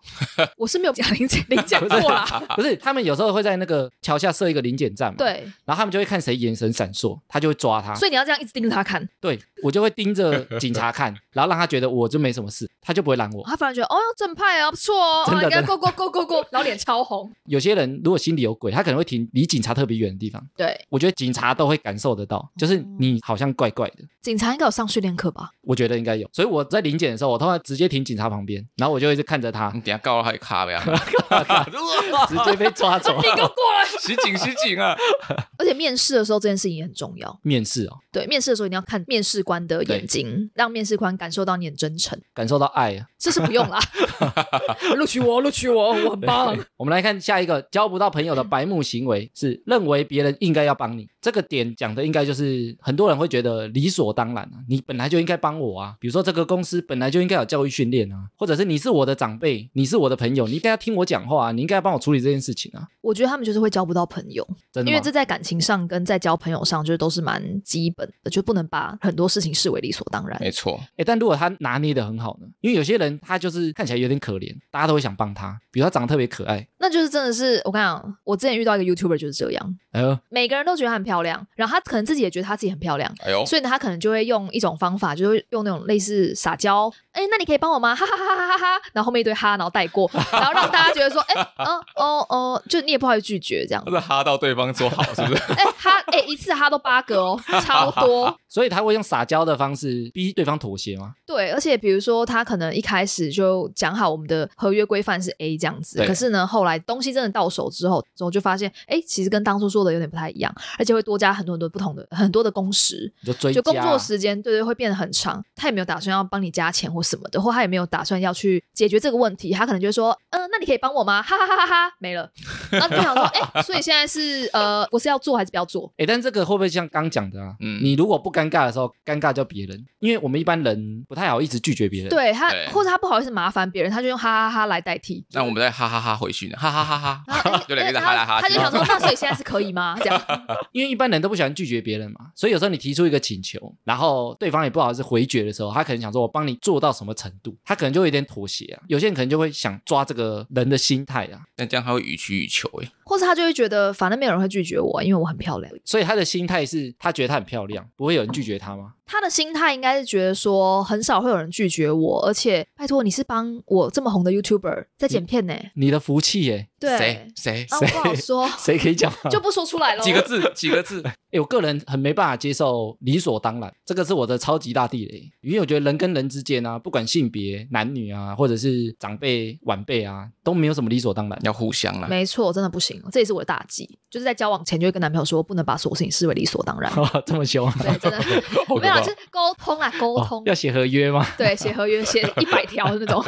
Speaker 3: 我是没有 讲领奖领奖过啦，
Speaker 1: 不是啊他们有时候会在那个桥下设一个临检站嘛，，
Speaker 3: 啊对，
Speaker 1: 然后他们就会看谁眼神闪烁，他就会抓他，
Speaker 3: 所以你要这样一直盯着他看，
Speaker 1: 对我就会盯着警察看， 然后让他觉得我就没什么事，他就不会拦我。
Speaker 3: 他反而觉得哦正派啊不错哦，
Speaker 1: 真
Speaker 3: 哦
Speaker 1: 的
Speaker 3: 应该
Speaker 1: 真
Speaker 3: 够够够 够够，然后脸超红，
Speaker 1: 有些人如果心里有鬼，他可能会停离警察特别远的地方。
Speaker 3: 对，
Speaker 1: 我觉得警察都会感受得到，就是你好像怪怪的，
Speaker 3: 警察应该有上训练课吧？
Speaker 1: 我觉得应该有。所以我在临检的时候，我通常直接停警察旁边，然后我就一直看着 他
Speaker 2: 你，等一下告到他就卡呗。
Speaker 1: 直接 被抓走。
Speaker 2: 袭警袭警啊！
Speaker 3: 而且面试的时候这件事情也很重要，
Speaker 1: 面试哦，
Speaker 3: 对，面试的时候一定要看面试官的眼睛，让面试官感受到你很真诚。
Speaker 1: 感受到爱啊。
Speaker 3: 这是不 用啦，录取我，录取我，我很棒。
Speaker 1: 我们来看下一个，交不到朋友
Speaker 3: 嗯
Speaker 1: 的白目行为是认为别人应该要帮你。这个点讲的应该就是很多人会觉得理所当然啊，你本来就应该帮我啊。比如说这个公司本来就应该有教育训练啊，或者是你是我的长辈，你是我的朋友，你应该要听我讲话啊，你应该要帮我处理这件事情啊。
Speaker 3: 我觉得他们就是会交不到朋友，
Speaker 1: 真的
Speaker 3: 因
Speaker 1: 吗？
Speaker 3: 为这在感情上跟在交朋友上，就是都是蛮基本的，就不能把很多事情视为理所当然。
Speaker 2: 没错，
Speaker 1: 哎，但如果他拿捏的很好呢？因为有些人他就是看起来有点可怜，大家都会想帮他，比如他长得特别可爱，
Speaker 3: 那就是真的是我跟你讲，我之前遇到一个 YouTuber 就是这样，
Speaker 1: 哎呦，
Speaker 3: 每个人都觉得她很漂亮，然后她可能自己也觉得她自己很漂亮，
Speaker 2: 哎呦，
Speaker 3: 所以呢，他可能就会用一种方法，就是会用那种类似撒娇，哎、那你可以帮我吗？哈哈哈哈哈哈，然后后面一堆哈，然后带过，然后让大家觉得说，哎、嗯，哦哦，就你也不好意思拒绝这样
Speaker 2: 他，是哈到对方说好，是不是？
Speaker 3: 哎、哈，哎、一次哈都八个哦，超多。
Speaker 1: 所以他会用撒娇的方式逼对方妥协吗？
Speaker 3: 对，而且比如说他可能一开始就讲好我们的合约规范是 A 这样子，
Speaker 1: 对
Speaker 3: 可是呢，后来东西真的到手之后，之后就发现，哎，其实跟当初说的有点不太一样，而且会多加很多很多不同的很多的工时，
Speaker 1: 你就追加
Speaker 3: 就
Speaker 1: 啊、
Speaker 3: 工作时间，对对，会变得很长。他也没有打算要帮你加钱或什么的，或他也没有打算要去解决这个问题。他可能就会说，嗯、那你可以帮我吗？哈哈哈哈哈，没了。然后你就 想说，哎、所以现在是呃，我是要做还是不要做？
Speaker 1: 哎，但这个会不会像刚讲的啊？
Speaker 2: 嗯
Speaker 1: 你如果不尴尬的时候，尴尬叫别人，因为我们一般人不太好一直拒绝别人。，
Speaker 3: 对他
Speaker 2: 对，
Speaker 3: 或者他不好意思麻烦别人，他就用哈哈哈来代替。
Speaker 2: 那我们再哈哈哈回去呢，哈哈哈
Speaker 3: 然后
Speaker 2: 哈， 就两个人在哈来哈
Speaker 3: 他
Speaker 2: 去
Speaker 3: 就。 想说，那所以现在是可以吗？这样，
Speaker 1: 因为一般人都不喜欢拒绝别人嘛，所以有时候你提出一个请求，然后对方也不好意思回绝的时候，他可能想说我帮你做到什么程度，他可能就会有点妥协啊。有些人可能就会想抓这个人的心态啊，
Speaker 2: 那这样他会予取予求哎，
Speaker 3: 或者他就会觉得，反正没有人会拒绝我，因为我很漂亮。
Speaker 1: 所以他的心态是他觉得她很漂亮，不会有人拒绝她吗？
Speaker 3: 他的心态应该是觉得说，很少会有人拒绝我，而且拜托你是帮我这么红的 YouTuber 在
Speaker 2: 嗯
Speaker 3: 剪片呢、
Speaker 1: 你的福气耶、
Speaker 3: 对，
Speaker 2: 谁谁
Speaker 3: 啊，不好 说，
Speaker 1: 谁可以讲、啊？
Speaker 3: 就不说出来了。
Speaker 2: 几个字几个字，
Speaker 1: 哎，我个人很没办法接受理所当然，这个是我的超级大地雷，因为我觉得人跟人之间啊，不管性别、男女啊，或者是长辈、晚辈啊，都没有什么理所当然。
Speaker 2: 要互相啦。
Speaker 3: 没错，真的不行，这也是我的大忌，就是在交往前就会跟男朋友说，不能把所有事情视为理所当 然。
Speaker 1: 这么凶啊、
Speaker 3: 对，真 的没有啦，啊就是沟通啦，沟通
Speaker 1: 哦，要写合约吗？
Speaker 3: 对，写合约写一百条的那 种，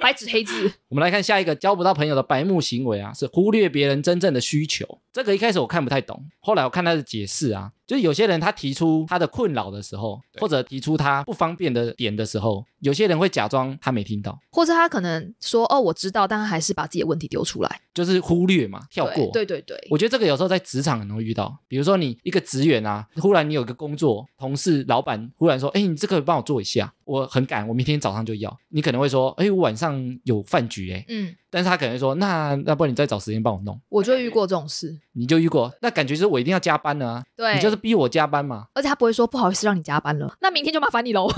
Speaker 3: 白纸黑字。
Speaker 1: 我们来看下一个交不到朋友的白目行为啊，是忽略别人真正的需求。这个一开始我看不太懂，后来我看他的解释啊，就是有些人他提出他的困扰的时候，或者提出他不方便的点的时候，有些人会假装他没听到，
Speaker 3: 或者他可能说哦，我知道，但他还是把自己的问题丢出来，
Speaker 1: 就是忽略嘛，跳过。
Speaker 3: 对对对对，
Speaker 1: 我觉得这个有时候在职场很容易遇到，比如说你一个职员啊，忽然你有个工作，同事、老板忽然说：“哎，你这个帮我做一下，我很赶，我明天早上就要。”你可能会说：“哎，我晚上有饭局哎。
Speaker 3: 嗯，”
Speaker 1: 但是他可能会说：“那那不然你再找时间帮我弄。
Speaker 3: 我就遇过这种事。”
Speaker 1: 你就遇过，那感觉就是我一定要加班了啊，
Speaker 3: 对，
Speaker 1: 你就是逼我加班嘛。
Speaker 3: 而且他不会说不好意思让你加班了，那明天就麻烦你 喽。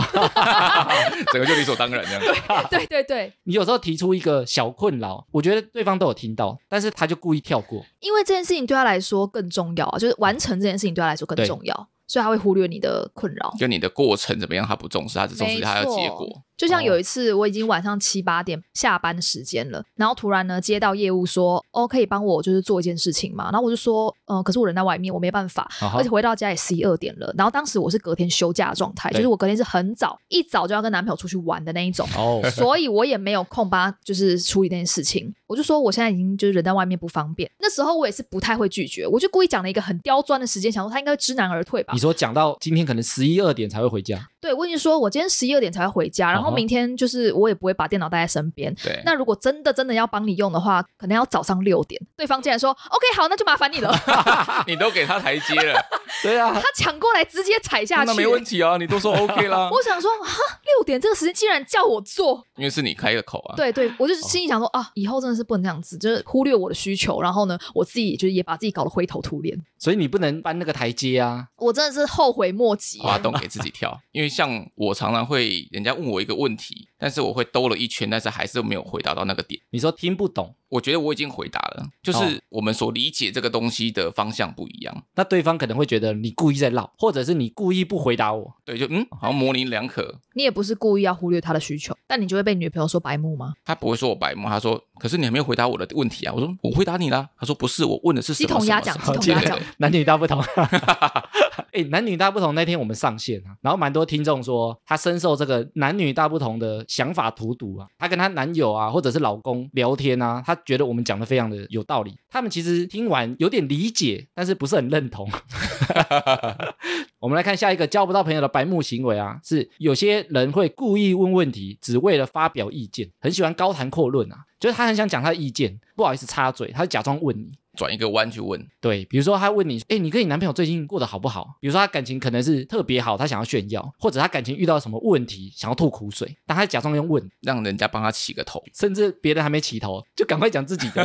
Speaker 2: 整个就理所当然这样。
Speaker 3: 对对对，
Speaker 1: 你有时候提出一个小困扰，我觉得对方都有听到，但是他就故意跳过。
Speaker 3: 因为这件事情对他来说更重要啊，就是
Speaker 2: 嗯
Speaker 3: 完成这件事情对他来说更
Speaker 1: 对
Speaker 3: 重要，所以他会忽略你的困扰。
Speaker 2: 就你的过程怎么样，他不重视，他只重视他的结
Speaker 3: 没
Speaker 2: 果哦
Speaker 3: 错。就像有一次，我已经晚上七八点下班的时间了，然后突然呢接到业务说，哦，可以帮我就是做一件事情嘛，然后我就说，嗯、可是我人在外面，我没办法，
Speaker 2: 啊哈
Speaker 3: 而且回到家也十一二点了，然后当时我是隔天休假的状态，
Speaker 2: 对
Speaker 3: 就是我隔天是很早一早就要跟男朋友出去玩的那一种，
Speaker 1: 哦，
Speaker 3: 所以我也没有空帮他就是处理那件事情。我就说我现在已经就是人在外面不方便，那时候我也是不太会拒绝，我就故意讲了一个很刁钻的时间，想说他应该会知难而退吧
Speaker 1: 你。说讲到今天可能十一二点才会回 家，
Speaker 3: 对，我已经说我今天十一二点才会回家，然
Speaker 1: 哦
Speaker 3: 后
Speaker 2: 嗯
Speaker 1: 吼
Speaker 3: 明天就是我也不会把电脑带在身边。
Speaker 2: 对，
Speaker 3: 那如果真的真的要帮你用的话，可能要早上六点。对方竟然说 OK 好，那就麻烦你 了。
Speaker 2: 你都给他台阶了，
Speaker 1: 对啊，
Speaker 3: 他抢过来直接踩 下去。
Speaker 2: 那没问题啊，你都说 OK 啦，
Speaker 3: 我想说，哈，六点这个时间竟然叫我做，
Speaker 2: 因为是你开的口啊。
Speaker 3: 对对，我就是心里想说啊，以后真的是不能这样子，就是忽略我的需求，然后呢，我自己就是也把自己搞得灰头土脸，
Speaker 1: 所以你不能搬那个台阶啊，
Speaker 3: 我真的是后悔莫及。啊
Speaker 2: 挖洞给自己跳，因为像我常常会人家问我一个问题，但是我会兜了一圈，但是还是没有回答到那个点。
Speaker 1: 你说听不懂，
Speaker 2: 我觉得我已经回答了，就是
Speaker 1: 哦
Speaker 2: 我们所理解这个东西的方向不一样。
Speaker 1: 那对方可能会觉得你故意在绕，或者是你故意不回答我。
Speaker 2: 对，就嗯，好像模棱两可。
Speaker 3: 你也不是故意要忽略他的需求，但你就会被你女朋友说白目吗？
Speaker 2: 他不会说我白目，他说：“可是你还没有回答我的问题啊！”我说：“我回答你啦。”他说：“不是，我问的是什么
Speaker 3: 鸡同鸭讲
Speaker 2: 什么
Speaker 3: 鸡同鸭
Speaker 2: 对
Speaker 3: 讲
Speaker 2: 对对
Speaker 1: 男女大不同，哎、男女大不同那天我们上线啊，然后蛮多听众说她深受这个男女大不同的想法荼毒啊。她跟她男友啊，或者是老公聊天啊，她觉得我们讲的非常的有道理。他们其实听完有点理解，但是不是很认同。 我们来看下一个交不到朋友的白目行为啊，是有些人会故意问问题，只为了发表意见，很喜欢高谈阔论啊，就是他很想讲他的意见，不好意思插嘴，他就假装问你。
Speaker 2: 转一个弯去问。
Speaker 1: 对，比如说他问你，哎，你跟你男朋友最近过得好不好？比如说他感情可能是特别好，他想要炫耀，或者他感情遇到什么问题想要吐苦水，但他假装用问，
Speaker 2: 让人家帮他起个头。
Speaker 1: 甚至别人还没起头就赶快讲自己的。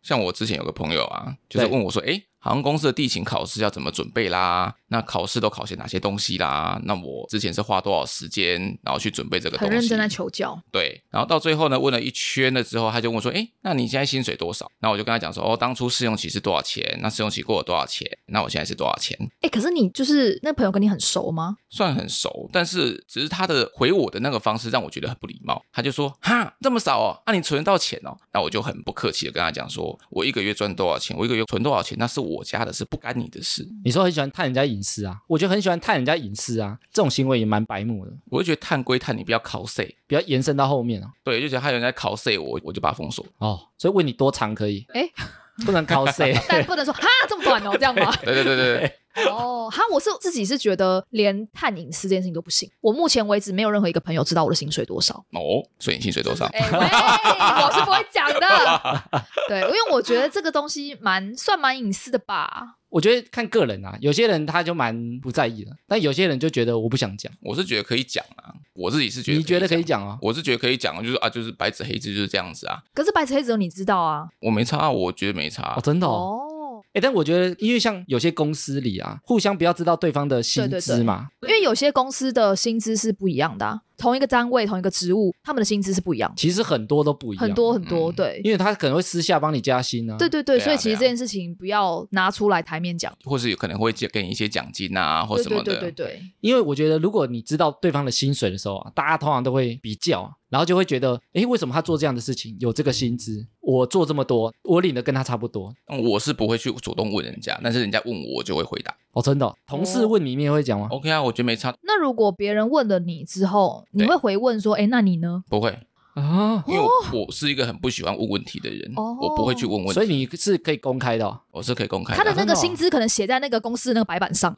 Speaker 2: 像我之前有个朋友啊，就是
Speaker 1: 对
Speaker 2: 问我说：“哎，航空公司的地勤考试要怎么准备啦？那考试都考些哪些东西啦？那我之前是花多少时间，然后去准备这个东
Speaker 3: 很
Speaker 2: 西？
Speaker 3: 认真在求教，
Speaker 2: 对，然后到最后呢，问了一圈了之后，他就问我说：“哎，那你现在薪水多少？”那我就跟他讲说：“哦，当初试用期是多少钱？那试用期过了多少钱？那我现在是多少钱？”
Speaker 3: 哎，可是你就是那朋友跟你很熟吗？
Speaker 2: 算很熟，但是只是他的回我的那个方式让我觉得很不礼貌。他就说：“哈，这么少哦，那、你存得到钱哦？”那我就很不客气的跟他讲说：“我一个月赚多少钱，我一个月存多少钱，那是我家的事，不干你的事。
Speaker 1: 你说很喜欢探人家隐私啊，我觉得很喜欢探人家隐私啊，这种行为也蛮白目的。”
Speaker 2: 我就觉得探归探，你不要 cos。
Speaker 1: 不要延伸到后面哦。
Speaker 2: 对，就觉得他有人在 cos 我，我就把他封锁。
Speaker 1: 哦，所以问你多长可以，
Speaker 3: 哎，
Speaker 1: 不能 cos
Speaker 3: 但不能说哈这么短哦，这样吗？
Speaker 2: 对对对对 对，
Speaker 3: 哦，哈，我是自己是觉得连探隐私这件事情都不行。我目前为止没有任何一个朋友知道我的薪水多少。
Speaker 2: 哦，所以你薪水多少？
Speaker 3: 哎、喂，我是不会讲的。对，因为我觉得这个东西蛮算蛮隐私的吧。
Speaker 1: 我觉得看个人啊，有些人他就蛮不在意的，但有些人就觉得我不想讲。
Speaker 2: 我是觉得可以讲啊，我自己是觉得
Speaker 1: 你觉得可以
Speaker 2: 讲，
Speaker 1: 讲哦？
Speaker 2: 我是觉得可以讲，就是啊，就是白纸黑字就是这样子啊，
Speaker 3: 可是白纸黑字只有你知道啊。
Speaker 2: 我没差啊，我觉得没差啊、
Speaker 1: 哦，真的哦。
Speaker 3: 哦，
Speaker 1: 哎，但我觉得，因为像有些公司里啊，互相不要知道对方的薪
Speaker 3: 对对
Speaker 1: 资嘛。
Speaker 3: 因为有些公司的薪资是不一样的啊、同一个单位、同一个职务，他们的薪资是不一样的，
Speaker 1: 其实很多都不一样，
Speaker 3: 很多很多。
Speaker 2: 嗯
Speaker 3: 对，
Speaker 1: 因为他可能会私下帮你加薪啊。
Speaker 3: 对对对，
Speaker 2: 对啊
Speaker 3: 所以其
Speaker 2: 对
Speaker 3: 实
Speaker 2: 啊
Speaker 3: 这件事情不要拿出来台面讲。
Speaker 2: 或是有可能会给你一些奖金啊，或
Speaker 3: 对
Speaker 2: 什么
Speaker 3: 对
Speaker 2: 的。
Speaker 3: 对对对，
Speaker 1: 因为我觉得，如果你知道对方的薪水的时候啊，大家通常都会比较，啊然后就会觉得，诶，为什么他做这样的事情有这个薪资？我做这么多，我领的跟他差不多。
Speaker 2: 我是不会去主动问人家，但是人家问我，我就会回答。
Speaker 1: 哦，真的哦、同事问你，你也会讲吗？
Speaker 2: OK 啊，我觉得没差，
Speaker 3: 那如果别人问了你之后，你
Speaker 2: 对
Speaker 3: 会回问说：“哎，那你呢
Speaker 2: 不会，
Speaker 1: 啊，
Speaker 2: 因为我我是一个很不喜欢问问题的人，
Speaker 3: 哦
Speaker 2: 我不会去问问
Speaker 1: 所
Speaker 2: 题，
Speaker 1: 以你是可以公开的、哦，
Speaker 2: 我是可以公？”开
Speaker 3: 他的
Speaker 2: 啊
Speaker 3: 那个
Speaker 1: 真的哦
Speaker 3: 薪资可能写在那个公司的那个白板上，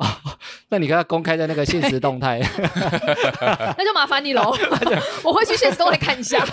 Speaker 1: 那你跟他公开在那个现实动态，
Speaker 3: 那就麻烦你喽。我会去现实动态看一下。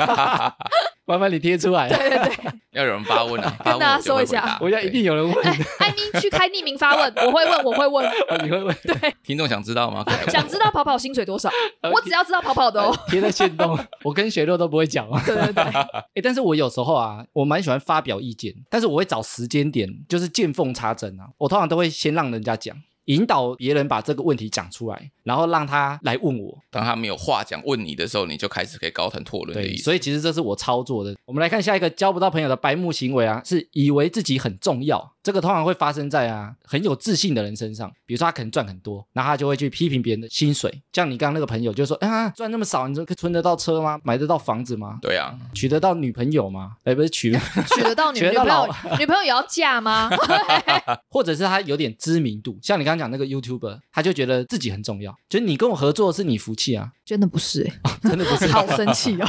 Speaker 1: 麻烦你贴出来。
Speaker 3: 对对对，
Speaker 2: 要有人发问 啊，发问
Speaker 3: 大家
Speaker 2: 我就
Speaker 3: 说
Speaker 2: 会
Speaker 3: 一下
Speaker 2: 回答
Speaker 1: 我觉得一定
Speaker 2: 对
Speaker 1: 有人问，
Speaker 3: 哎，艾米去开匿名发问，我会问，我会问，
Speaker 1: 你会问，
Speaker 2: 听众想知道吗？可以来问
Speaker 3: 想知道跑跑薪水多少？我只要知道跑跑的哦。
Speaker 1: 贴在线 动，我跟雪肉都不会讲哦。
Speaker 3: 对 对对，
Speaker 1: 哎、但是我有时候啊，我蛮喜欢发表意见，但是我会找时间点，就是见缝插针啊。我通常都会先让人家讲，引导别人把这个问题讲出来，然后让他来问我。
Speaker 2: 当他没有话讲问你的时候，你就开始可以高谈阔论的
Speaker 1: 对，
Speaker 2: 意思。
Speaker 1: 所以其实这是我操作的。我们来看下一个交不到朋友的白目行为啊，是以为自己很重要，这个通常会发生在啊很有自信的人身上，比如说他可能赚很多，然后他就会去批评别人的薪水。像你刚刚那个朋友就说啊，赚那么少，你这个存得到车吗？买得到房子吗？
Speaker 2: 对啊，
Speaker 1: 娶得到女朋友吗？哎，不是娶，
Speaker 3: 娶得到女
Speaker 1: 娶
Speaker 3: 女
Speaker 1: 得到
Speaker 3: 朋友
Speaker 1: 老，
Speaker 3: 女朋友也要嫁吗？
Speaker 1: 或者是他有点知名度，像你刚刚讲那个 YouTuber，他就觉得自己很重要，就是你跟我合作是你福气啊，
Speaker 3: 真的不是、欸，
Speaker 1: 真的不 是
Speaker 3: 好生气哦。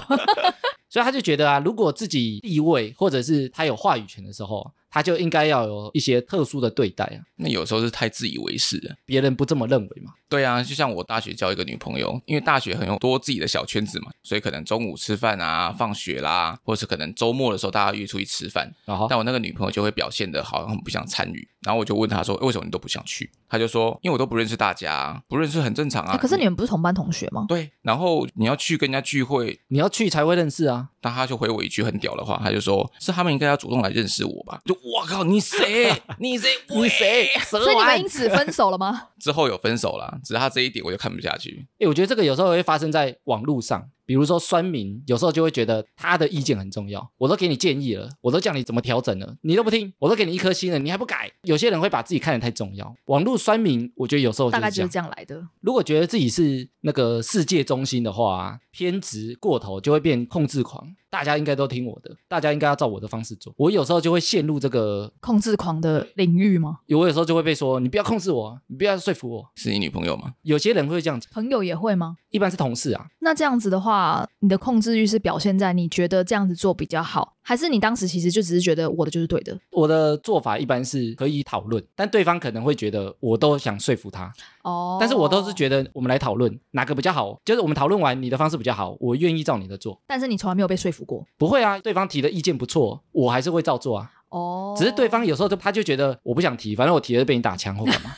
Speaker 1: 所以他就觉得啊，如果自己地位或者是他有话语权的时候，他就应该要有一些特殊的对待啊，
Speaker 2: 那有时候是太自以为是了。
Speaker 1: 别人不这么认为嘛。
Speaker 2: 对啊，就像我大学交一个女朋友，因为大学很有多自己的小圈子嘛，所以可能中午吃饭啊、放学啦，或是可能周末的时候大家约出去吃饭，
Speaker 1: 然后
Speaker 2: 但我那个女朋友就会表现的好像很不想参与。然后我就问她说：“为什么你都不想去？”她就说：“因为我都不认识大家啊，不认识很正常啊。
Speaker 3: 可是你们不是同班同学吗？
Speaker 2: 对，然后你要去跟人家聚会，
Speaker 1: 你要去才会认识啊，
Speaker 2: 那他就回我一句很屌的话，他就说：“是他们应该要主动来认识我吧？”就我靠，你谁？你谁？你谁？
Speaker 3: 所以你们因此分手了吗？
Speaker 2: 之后有分手啦，只是他这一点我就看不下去。
Speaker 1: 诶，我觉得这个有时候会发生在网络上，比如说酸民，有时候就会觉得他的意见很重要。我都给你建议了，我都叫你怎么调整了，你都不听，我都给你一颗星了，你还不改。有些人会把自己看得太重要，网络酸民，我觉得有时候
Speaker 3: 大
Speaker 1: 就
Speaker 3: 概
Speaker 1: 是这
Speaker 3: 就是
Speaker 1: 样。
Speaker 3: 这样来的。
Speaker 1: 如果觉得自己是那个世界中心的话、啊，偏执过头就会变控制狂。大家应该都听我的，大家应该要照我的方式做。我有时候就会陷入这个，
Speaker 3: 控制狂的领域吗？
Speaker 1: 我有时候就会被说你不要控制我啊，你不要说服我。
Speaker 2: 是你女朋友吗？
Speaker 1: 有些人会这样讲，
Speaker 3: 朋友也会吗？
Speaker 1: 一般是同事啊，
Speaker 3: 那这样子的话，你的控制欲是表现在你觉得这样子做比较好，还是你当时其实就只是觉得我的就是对的？
Speaker 1: 我的做法一般是可以讨论，但对方可能会觉得我都想说服他，
Speaker 3: 哦
Speaker 1: 但是我都是，觉得我们来讨论哪个比较好，就是我们讨论完你的方式比较好，我愿意照你的做。
Speaker 3: 但是你从来没有被说服过。
Speaker 1: 不会啊，对方提的意见不错，我还是会照做啊。
Speaker 3: 哦
Speaker 1: 只是对方有时候就他就觉得我不想提，反正我提了被你打枪或干嘛。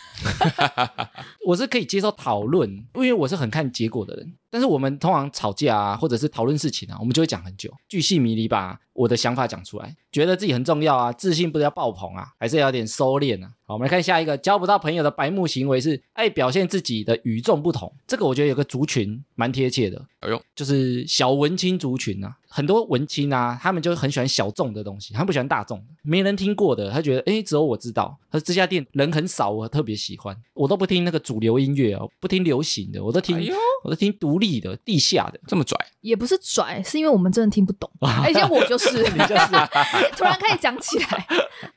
Speaker 1: 我是可以接受讨论，因为我是很看结果的人。但是我们通常吵架啊，或者是讨论事情啊，我们就会讲很久，巨细迷离把我的想法讲出来，觉得自己很重要啊，自信不是要爆棚啊，还是要有点收敛啊。好，我们来看下一个，交不到朋友的白目行为是爱表现自己的与众不同。这个我觉得有个族群蛮贴切的，
Speaker 2: 哎呦，
Speaker 1: 就是小文青族群啊，很多文青啊，他们就很喜欢小众的东西，他们不喜欢大众的，没人听过的，他觉得诶，只有我知道，他说这家店人很少，我特别喜欢，我都不听那个主流音乐哦，不听流行的，我都听，
Speaker 2: 哎呦
Speaker 1: 我都听独立的、地下的，
Speaker 2: 这么拽，
Speaker 3: 也不是拽，是因为我们真的听不 懂，而且我就是，你就是突然开始讲起来，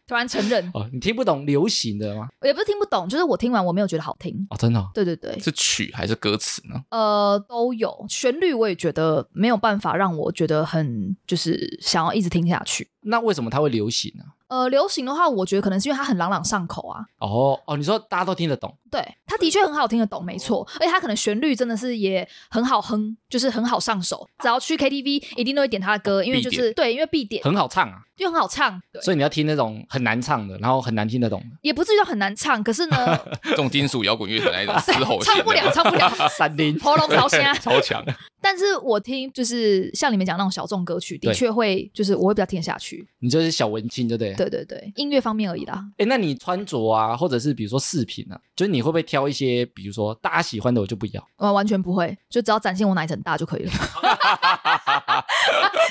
Speaker 3: 突然承认，
Speaker 1: 哦，你听不懂流行的吗？
Speaker 3: 也不是听不懂，就是我听完我没有觉得好听。
Speaker 1: 哦，真的、哦，
Speaker 3: 对对对，
Speaker 2: 是曲还是歌词呢？
Speaker 3: 呃，都有旋律，我也觉得没有办法让我觉得很就是想要一直听下去。
Speaker 1: 那为什么它会流行呢、
Speaker 3: 呃，流行的话，我觉得可能是因为它很朗朗上口啊，
Speaker 1: 哦哦，你说大家都听得懂，
Speaker 3: 对，它的确很好听得懂，没错，而且它可能旋律真的是也很好哼，就是很好上手，只要去 KTV 一定都会点他的歌，因为就是对，因为必点，
Speaker 1: 很好唱啊，
Speaker 3: 因为很好唱，对，
Speaker 1: 所以你要听那种很难唱的，然后很难听得懂的，
Speaker 3: 也不至于到很难唱，可是 呢，
Speaker 2: 重金属摇滚乐的那一种嘶吼型
Speaker 3: 唱
Speaker 2: 的，
Speaker 3: 不了，唱不了，
Speaker 1: 三啊 零
Speaker 3: 喉咙烧声。
Speaker 2: 超强。
Speaker 3: 但是我听就是像你们讲那种小众歌曲，的
Speaker 1: 对
Speaker 3: 确会就是我会比较听得下去，
Speaker 1: 你就是小文青，对不对？
Speaker 3: 对对对，音乐方面而已啦。
Speaker 1: 哎，那你穿着啊，或者是比如说饰品啊，就是你会不会挑一些，比如说大家喜欢的，我就不要。
Speaker 3: 我呃完全不会，就只要展现我奶很大就可以 了。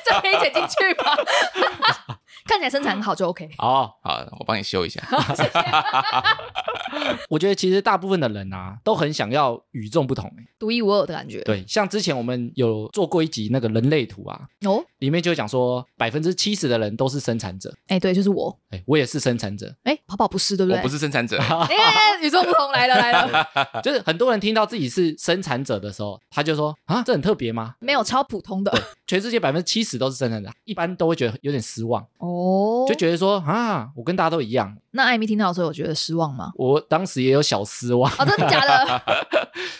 Speaker 3: 这可以剪进去吧？ 看起来身材很好就 OK。
Speaker 1: 哦，
Speaker 2: 好，我帮你修一下。
Speaker 1: 我觉得其实大部分的人啊，都很想要与众不同、欸。
Speaker 3: 独一无二的感觉。
Speaker 1: 对，像之前我们有做过一集那个人类图啊，
Speaker 3: 哦，
Speaker 1: 里面就讲说百分之七十的人都是生产者。
Speaker 3: 哎，对，就是我。
Speaker 1: 哎，我也是生产者，
Speaker 3: 哎，跑跑不是，对不
Speaker 2: 我
Speaker 3: 对？
Speaker 2: 不是生产者，
Speaker 3: 哎。哎，哎与众不同来了来 了，
Speaker 1: 就是很多人听到自己是生产者的时候，他就说啊，这很特别吗？
Speaker 3: 没有超普通的
Speaker 1: 全世界百分之七十都是生产者，一般都会觉得有点失望，
Speaker 3: 哦
Speaker 1: 就觉得说啊，我跟大家都一样。
Speaker 3: 那艾米听到的时候有觉得失望吗？
Speaker 1: 我当时也有小失望，
Speaker 3: 哦，真的假 的？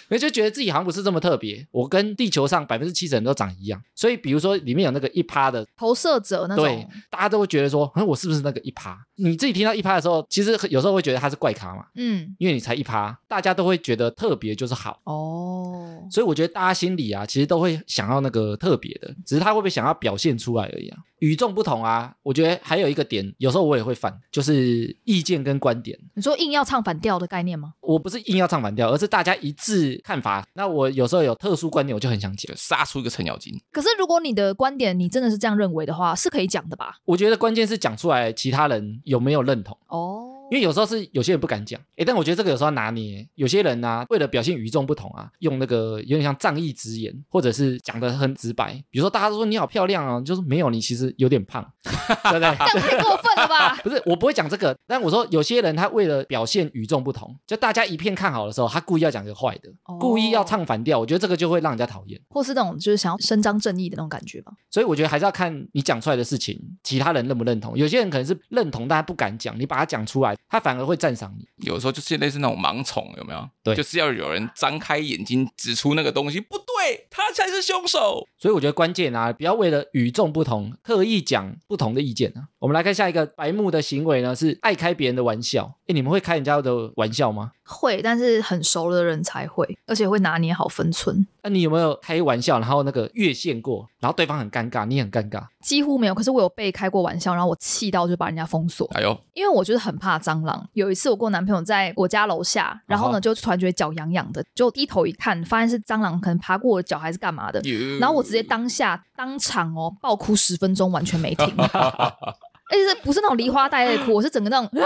Speaker 1: 那就觉得自己好像不是这么特别，我跟地球上百分之七十人都长一样，所以比如说里面有那个一趴的，
Speaker 3: 投射者那
Speaker 1: 对
Speaker 3: 种，
Speaker 1: 大家都会觉得说， 嗯，我是不是那个一趴？你自己听到一趴的时候，其实有时候会觉得他是怪咖嘛，
Speaker 3: 嗯，
Speaker 1: 因为你才一趴，大家都会觉得特别就是好，
Speaker 3: 哦，
Speaker 1: 所以我觉得大家心里啊，其实都会想要那个特别的，只是他会不会想要表现出来而已啊。与与众不同啊。我觉得还有一个点，有时候我也会犯，就是意见跟观点。
Speaker 3: 你说硬要唱反调的概念吗？
Speaker 1: 我不是硬要唱反调，而是大家一致看法。那我有时候有特殊观点，我就很想讲
Speaker 2: 就。杀出一个程咬金。
Speaker 3: 可是如果你的观点你真的是这样认为的话，是可以讲的吧？
Speaker 1: 我觉得关键是讲出来，其他人有没有认同。
Speaker 3: 哦，
Speaker 1: 因为有时候是有些人不敢讲，诶，但我觉得这个有时候要拿捏。有些人呢、啊为了表现与众不同啊，用那个有点像仗义直言，或者是讲的很直白。比如说大家都说你好漂亮啊，就是没有你其实有点胖， 对不对？
Speaker 3: 这样太过分了吧？
Speaker 1: 不是，我不会讲这个。但我说有些人他为了表现与众不同，就大家一片看好的时候，他故意要讲个坏的，
Speaker 3: 哦
Speaker 1: 故意要唱反调，我觉得这个就会让人家讨厌。
Speaker 3: 或是那种就是想要伸张正义的那种感觉吧？
Speaker 1: 所以我觉得还是要看你讲出来的事情，其他人认不认同。有些人可能是认同，但他不敢讲，你把他讲出来，他反而会赞赏你。
Speaker 2: 有时候就是类似那种盲从，有没有？
Speaker 1: 对
Speaker 2: 就是要有人张开眼睛指出那个东西不对，他才是凶手。
Speaker 1: 所以我觉得关键啊，不要为了与众不同，刻意讲不同的意见啊。我们来看下一个白目的行为呢，是爱开别人的玩笑。哎，你们会开人家的玩笑吗？
Speaker 3: 会，但是很熟的人才会，而且会拿捏好分寸。
Speaker 1: 那、你有没有开玩笑，然后那个越线过，然后对方很尴尬，你很尴尬？
Speaker 3: 几乎没有，可是我有被开过玩笑，然后我气到就把人家封锁，
Speaker 2: 哎呦，
Speaker 3: 因为我就是很怕蟑螂。有一次我跟我男朋友在我家楼下，然后
Speaker 1: 哦
Speaker 3: 呢就突然觉得脚痒痒的，就低头一看，发现是蟑螂，可能爬过我的脚还是干嘛的，
Speaker 2: 嗯
Speaker 3: 然后我直接当下当场哦爆哭十分钟，完全没停，而且是不是那种梨花带泪哭，我是整个那种啊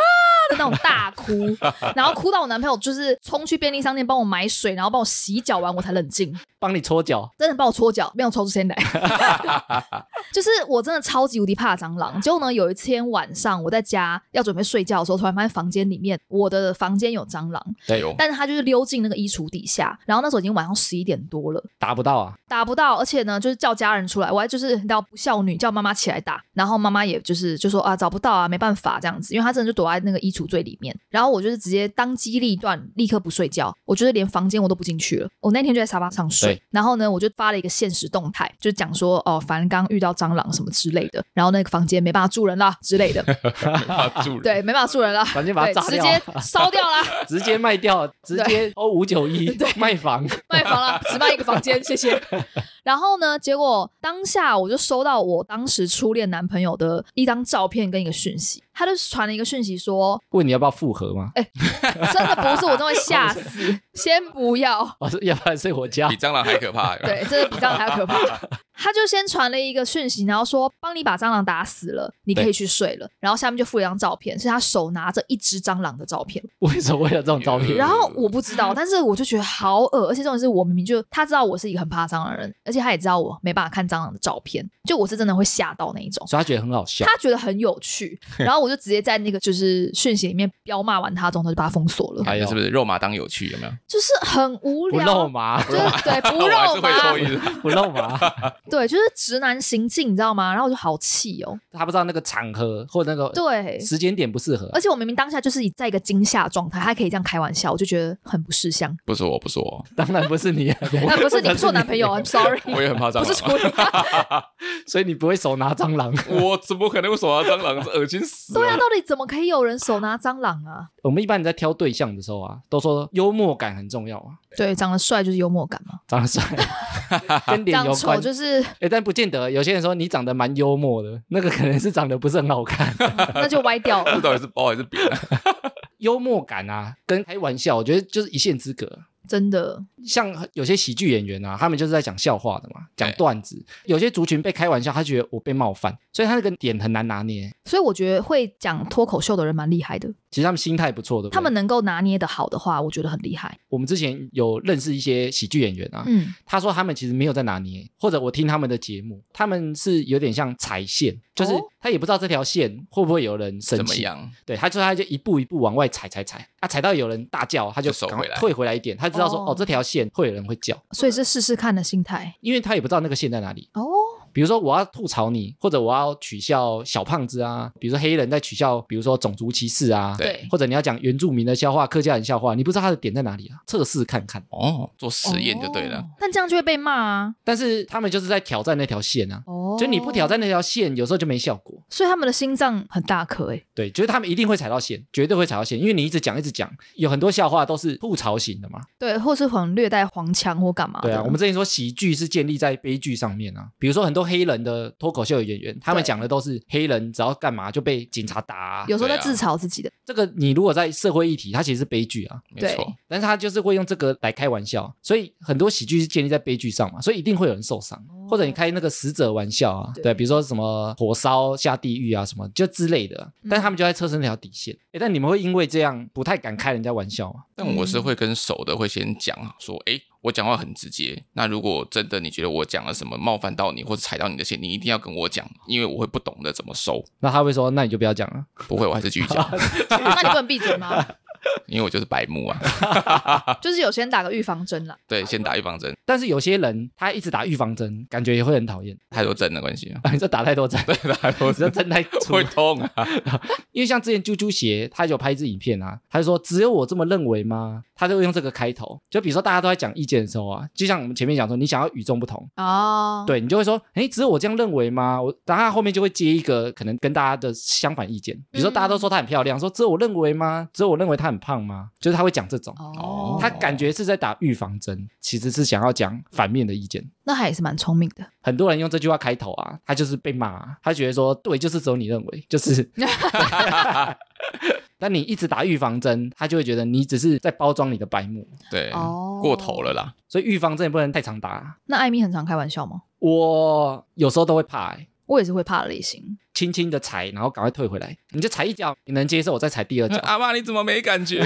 Speaker 3: 的那种大哭，然后哭到我男朋友就是冲去便利商店帮我买水，然后帮我洗脚完我才冷静，
Speaker 1: 帮你搓脚，
Speaker 3: 真的帮我搓脚，没有抽出先来，就是我真的超级无敌怕蟑螂。结果呢，有一天晚上我在家要准备睡觉的时候，突然发现房间里面我的房间有蟑螂，
Speaker 2: 哎呦，
Speaker 3: 但是它就是溜进那个衣橱底下，然后那时候已经晚上十一点多了。
Speaker 1: 打不到啊，
Speaker 3: 打不到，而且呢，就是叫家人出来，我还就是你知道不孝女，叫妈妈起来打，然后妈妈也就是就说啊找不到啊，没办法这样子，因为她真的就躲在那个衣橱最里面，然后我就是直接当机立断，立刻不睡觉，我就是连房间我都不进去了，我那天就在沙发上睡
Speaker 1: 对，
Speaker 3: 然后呢，我就发了一个现实动态，就讲说哦，凡刚遇到蟑螂什么之类的，然后那个房间没办法住人啦 之类的，
Speaker 2: 没办法住人，
Speaker 3: 对，没办法住人啦，
Speaker 1: 反正 把它
Speaker 3: 对，
Speaker 1: 炸
Speaker 3: 直
Speaker 1: 掉，啊
Speaker 3: 接烧掉啦。
Speaker 1: 直接卖掉，直接哦五九一卖房，
Speaker 3: 卖房了，只卖一个房间，谢谢。然后呢，结果当下我就收到我当时初恋男朋友的一张照片跟一个讯息，他就传了一个讯息说
Speaker 1: 问你要不要复合吗？：“
Speaker 3: 真的不是，我真的会吓死，先不要。
Speaker 1: 我哦说要不然睡我家
Speaker 2: 比，蟑螂还可怕。”有没有，
Speaker 3: 对，这个比蟑螂还要 可怕。他就先传了一个讯息，然后说帮你把蟑螂打死了，你可以去睡了。然后下面就附了一张照片，是他手拿着一只蟑螂的照片。
Speaker 1: 为什么会有这种照
Speaker 2: 对
Speaker 1: 片
Speaker 3: 然？后我不知道，但是我就觉得好恶，而且重点是我明明就他知道我是一个很怕蟑螂的人，而且他也知道我没办法看蟑螂的照片，就我是真的会吓到那一种。
Speaker 1: 所以他觉得很好笑，
Speaker 3: 他觉得很有趣，然后我就直接在那个就是讯息里面彪骂完他之后，他就把他封锁 了，
Speaker 2: 哎呀，是不是肉麻当有趣？有没有？
Speaker 3: 就是很无
Speaker 1: 不肉
Speaker 3: 聊，
Speaker 1: 麻，
Speaker 3: 就是对不
Speaker 2: 我还
Speaker 3: 肉
Speaker 2: 是会
Speaker 3: 麻
Speaker 2: 抽，一支。
Speaker 1: 不肉麻。
Speaker 3: 对，就是直男行径，你知道吗？然后我就好气哦，
Speaker 1: 他不知道那个场合或那个
Speaker 3: 对，
Speaker 1: 时间点不适合
Speaker 3: 而。且我明明当下就是在一个惊吓状态，还可以这样开玩笑，我就觉得很不识相。
Speaker 2: 不是我，不是我，
Speaker 1: 当然不是 你啊，，
Speaker 3: 那不是你，不是我男朋友，I'm sorry，
Speaker 2: 我也很怕蟑
Speaker 3: 不是
Speaker 2: 螂。啊
Speaker 3: 处理。
Speaker 1: 所以你不会手拿蟑螂。
Speaker 2: 我怎么可能会手拿蟑螂？这恶心死
Speaker 3: 对啊，
Speaker 2: 了！
Speaker 3: 到底怎么可以有人手拿蟑螂啊？
Speaker 1: 我们一般人在挑对象的时候啊，都说幽默感很重要啊，
Speaker 3: 对，长得帅就是幽默感嘛，
Speaker 1: 长得 帅跟脸
Speaker 3: 长
Speaker 1: 有
Speaker 3: 丑
Speaker 1: 关。
Speaker 3: 就是
Speaker 1: 哎，但不见得，有些人说你长得蛮幽默的，那个可能是长得不是很好看。
Speaker 3: 那就歪掉
Speaker 2: 这
Speaker 3: 了。
Speaker 2: 到底是包还是扁啊？
Speaker 1: 幽默感啊，跟开玩笑，我觉得就是一线之隔。
Speaker 3: 真的，
Speaker 1: 像有些喜剧演员啊，他们就是在讲笑话的嘛，讲
Speaker 2: 对
Speaker 1: 段子。有些族群被开玩笑，他觉得我被冒犯，所以他那个点很难拿捏。
Speaker 3: 所以我觉得会讲脱口秀的人蛮厉害的，
Speaker 1: 其实他们心态不错的，
Speaker 3: 他们能够拿捏的好的话，我觉得很厉害。
Speaker 1: 我们之前有认识一些喜剧演员啊，
Speaker 3: 嗯，
Speaker 1: 他说他们其实没有在拿捏，或者我听他们的节目，他们是有点像踩线，就是
Speaker 3: 哦
Speaker 1: 他也不知道这条线会不会有人生气，
Speaker 2: 怎么样？
Speaker 1: 对，他就他就一步一步往外踩踩踩，啊，踩到有人大叫，他就
Speaker 2: 就收
Speaker 1: 赶快
Speaker 2: 回来
Speaker 1: 退回来一点，他知道说
Speaker 3: 哦
Speaker 1: 哦这条线会有人会叫，
Speaker 3: 所以是试试看的心态
Speaker 1: 因为他也不知道那个线在哪里。
Speaker 3: 哦。
Speaker 1: 比如说我要吐槽你，或者我要取笑小胖子啊，比如说黑人在取笑，比如说种族歧视啊，
Speaker 2: 对
Speaker 1: 或者你要讲原住民的笑话、客家人笑话，你不知道他的点在哪里啊，测试看看。
Speaker 2: 哦，做实验就对了。
Speaker 3: 哦，但这样就会被骂啊。
Speaker 1: 但是他们就是在挑战那条线啊，
Speaker 3: 哦，
Speaker 1: 就你不挑，战那条线，有时候就没效果。
Speaker 3: 所以他们的心脏很大颗欸诶。
Speaker 1: 对，就是他们一定会踩到线，绝对会踩到线，因为你一直讲一直讲，有很多笑话都是吐槽型的嘛。啊
Speaker 3: 对，或是很略带黄腔或干嘛的。啊
Speaker 1: 对啊，我们之前说喜剧是建立在悲剧上面啊，比如说很多黑人的脱口秀的演员，他们
Speaker 3: 对
Speaker 1: 讲的都是黑人只要干嘛就被警察打啊、
Speaker 3: 有时候在
Speaker 2: 对啊
Speaker 3: 自嘲自己的，
Speaker 1: 这个你如果在社会议题，它其实是悲剧啊，
Speaker 2: 没
Speaker 3: 对
Speaker 2: 错，
Speaker 1: 但是他就是会用这个来开玩笑，所以很多喜剧是建立在悲剧上嘛，所以一定会有人受伤，
Speaker 3: 哦
Speaker 1: 或者你开那个死者玩笑啊，
Speaker 3: 对
Speaker 1: 对，比如说什么火烧下地狱啊什么就之类的，
Speaker 3: 嗯
Speaker 1: 但他们就在测试那条底线。诶但你们会因为这样不太敢开人家玩笑啊吗？
Speaker 2: 但我是会跟熟的会先讲说，哎、我讲话很直接。那如果真的你觉得我讲了什么冒犯到你或者踩到你的线，你一定要跟我讲，因为我会不懂得怎么收。
Speaker 1: 那他会说，那你就不要讲了。
Speaker 2: 不会，我还是继续 讲，
Speaker 3: 那你不能闭嘴吗？
Speaker 2: 因为我就是白目啊。
Speaker 3: 就是有些人打个预防针啦，
Speaker 2: 对，先打预防针，
Speaker 1: 但是有些人他一直打预防针，感觉也会很讨厌。
Speaker 2: 太多针的关系啊，
Speaker 1: 啊，你这打太多针，对，
Speaker 2: 太 多
Speaker 1: 只要针太粗
Speaker 2: 会。痛啊。
Speaker 1: 因为像之前啾啾鞋，他有拍一支影片啊，他就说只有我这么认为吗？他就用这个开头，就比如说大家都在讲意见的时候啊，就像我们前面讲说，你想要与众不同，
Speaker 3: 哦，，
Speaker 1: 对你就会说，诶，只有我这样认为吗？我，然后他后面就会接一个可能跟大家的相反意见，比如说
Speaker 3: 嗯
Speaker 1: 大家都说她很漂亮，说只有我认为吗？只有我认为她很胖吗？就是他会讲这种，
Speaker 3: 哦，
Speaker 1: 他感觉是在打预防针，其实是想要讲反面的意见。
Speaker 3: 那他也是蛮聪明的，
Speaker 1: 很多人用这句话开头啊，他就是被骂、啊，他觉得说对，就是只有你认为， 就是。但你一直打预防针，他就会觉得你只是在包装你的白目，
Speaker 2: 对，
Speaker 3: 哦
Speaker 2: 过头了啦。
Speaker 1: 所以预防针也不能太常打、啊。
Speaker 3: 那艾米很常开玩笑吗？
Speaker 1: 我有时候都会怕、欸，
Speaker 3: 我也是会怕的类型，
Speaker 1: 轻轻的踩，然后赶快退回来，你就踩一脚，你能接受，我再踩第二脚，
Speaker 2: 阿妈，你怎么没感觉？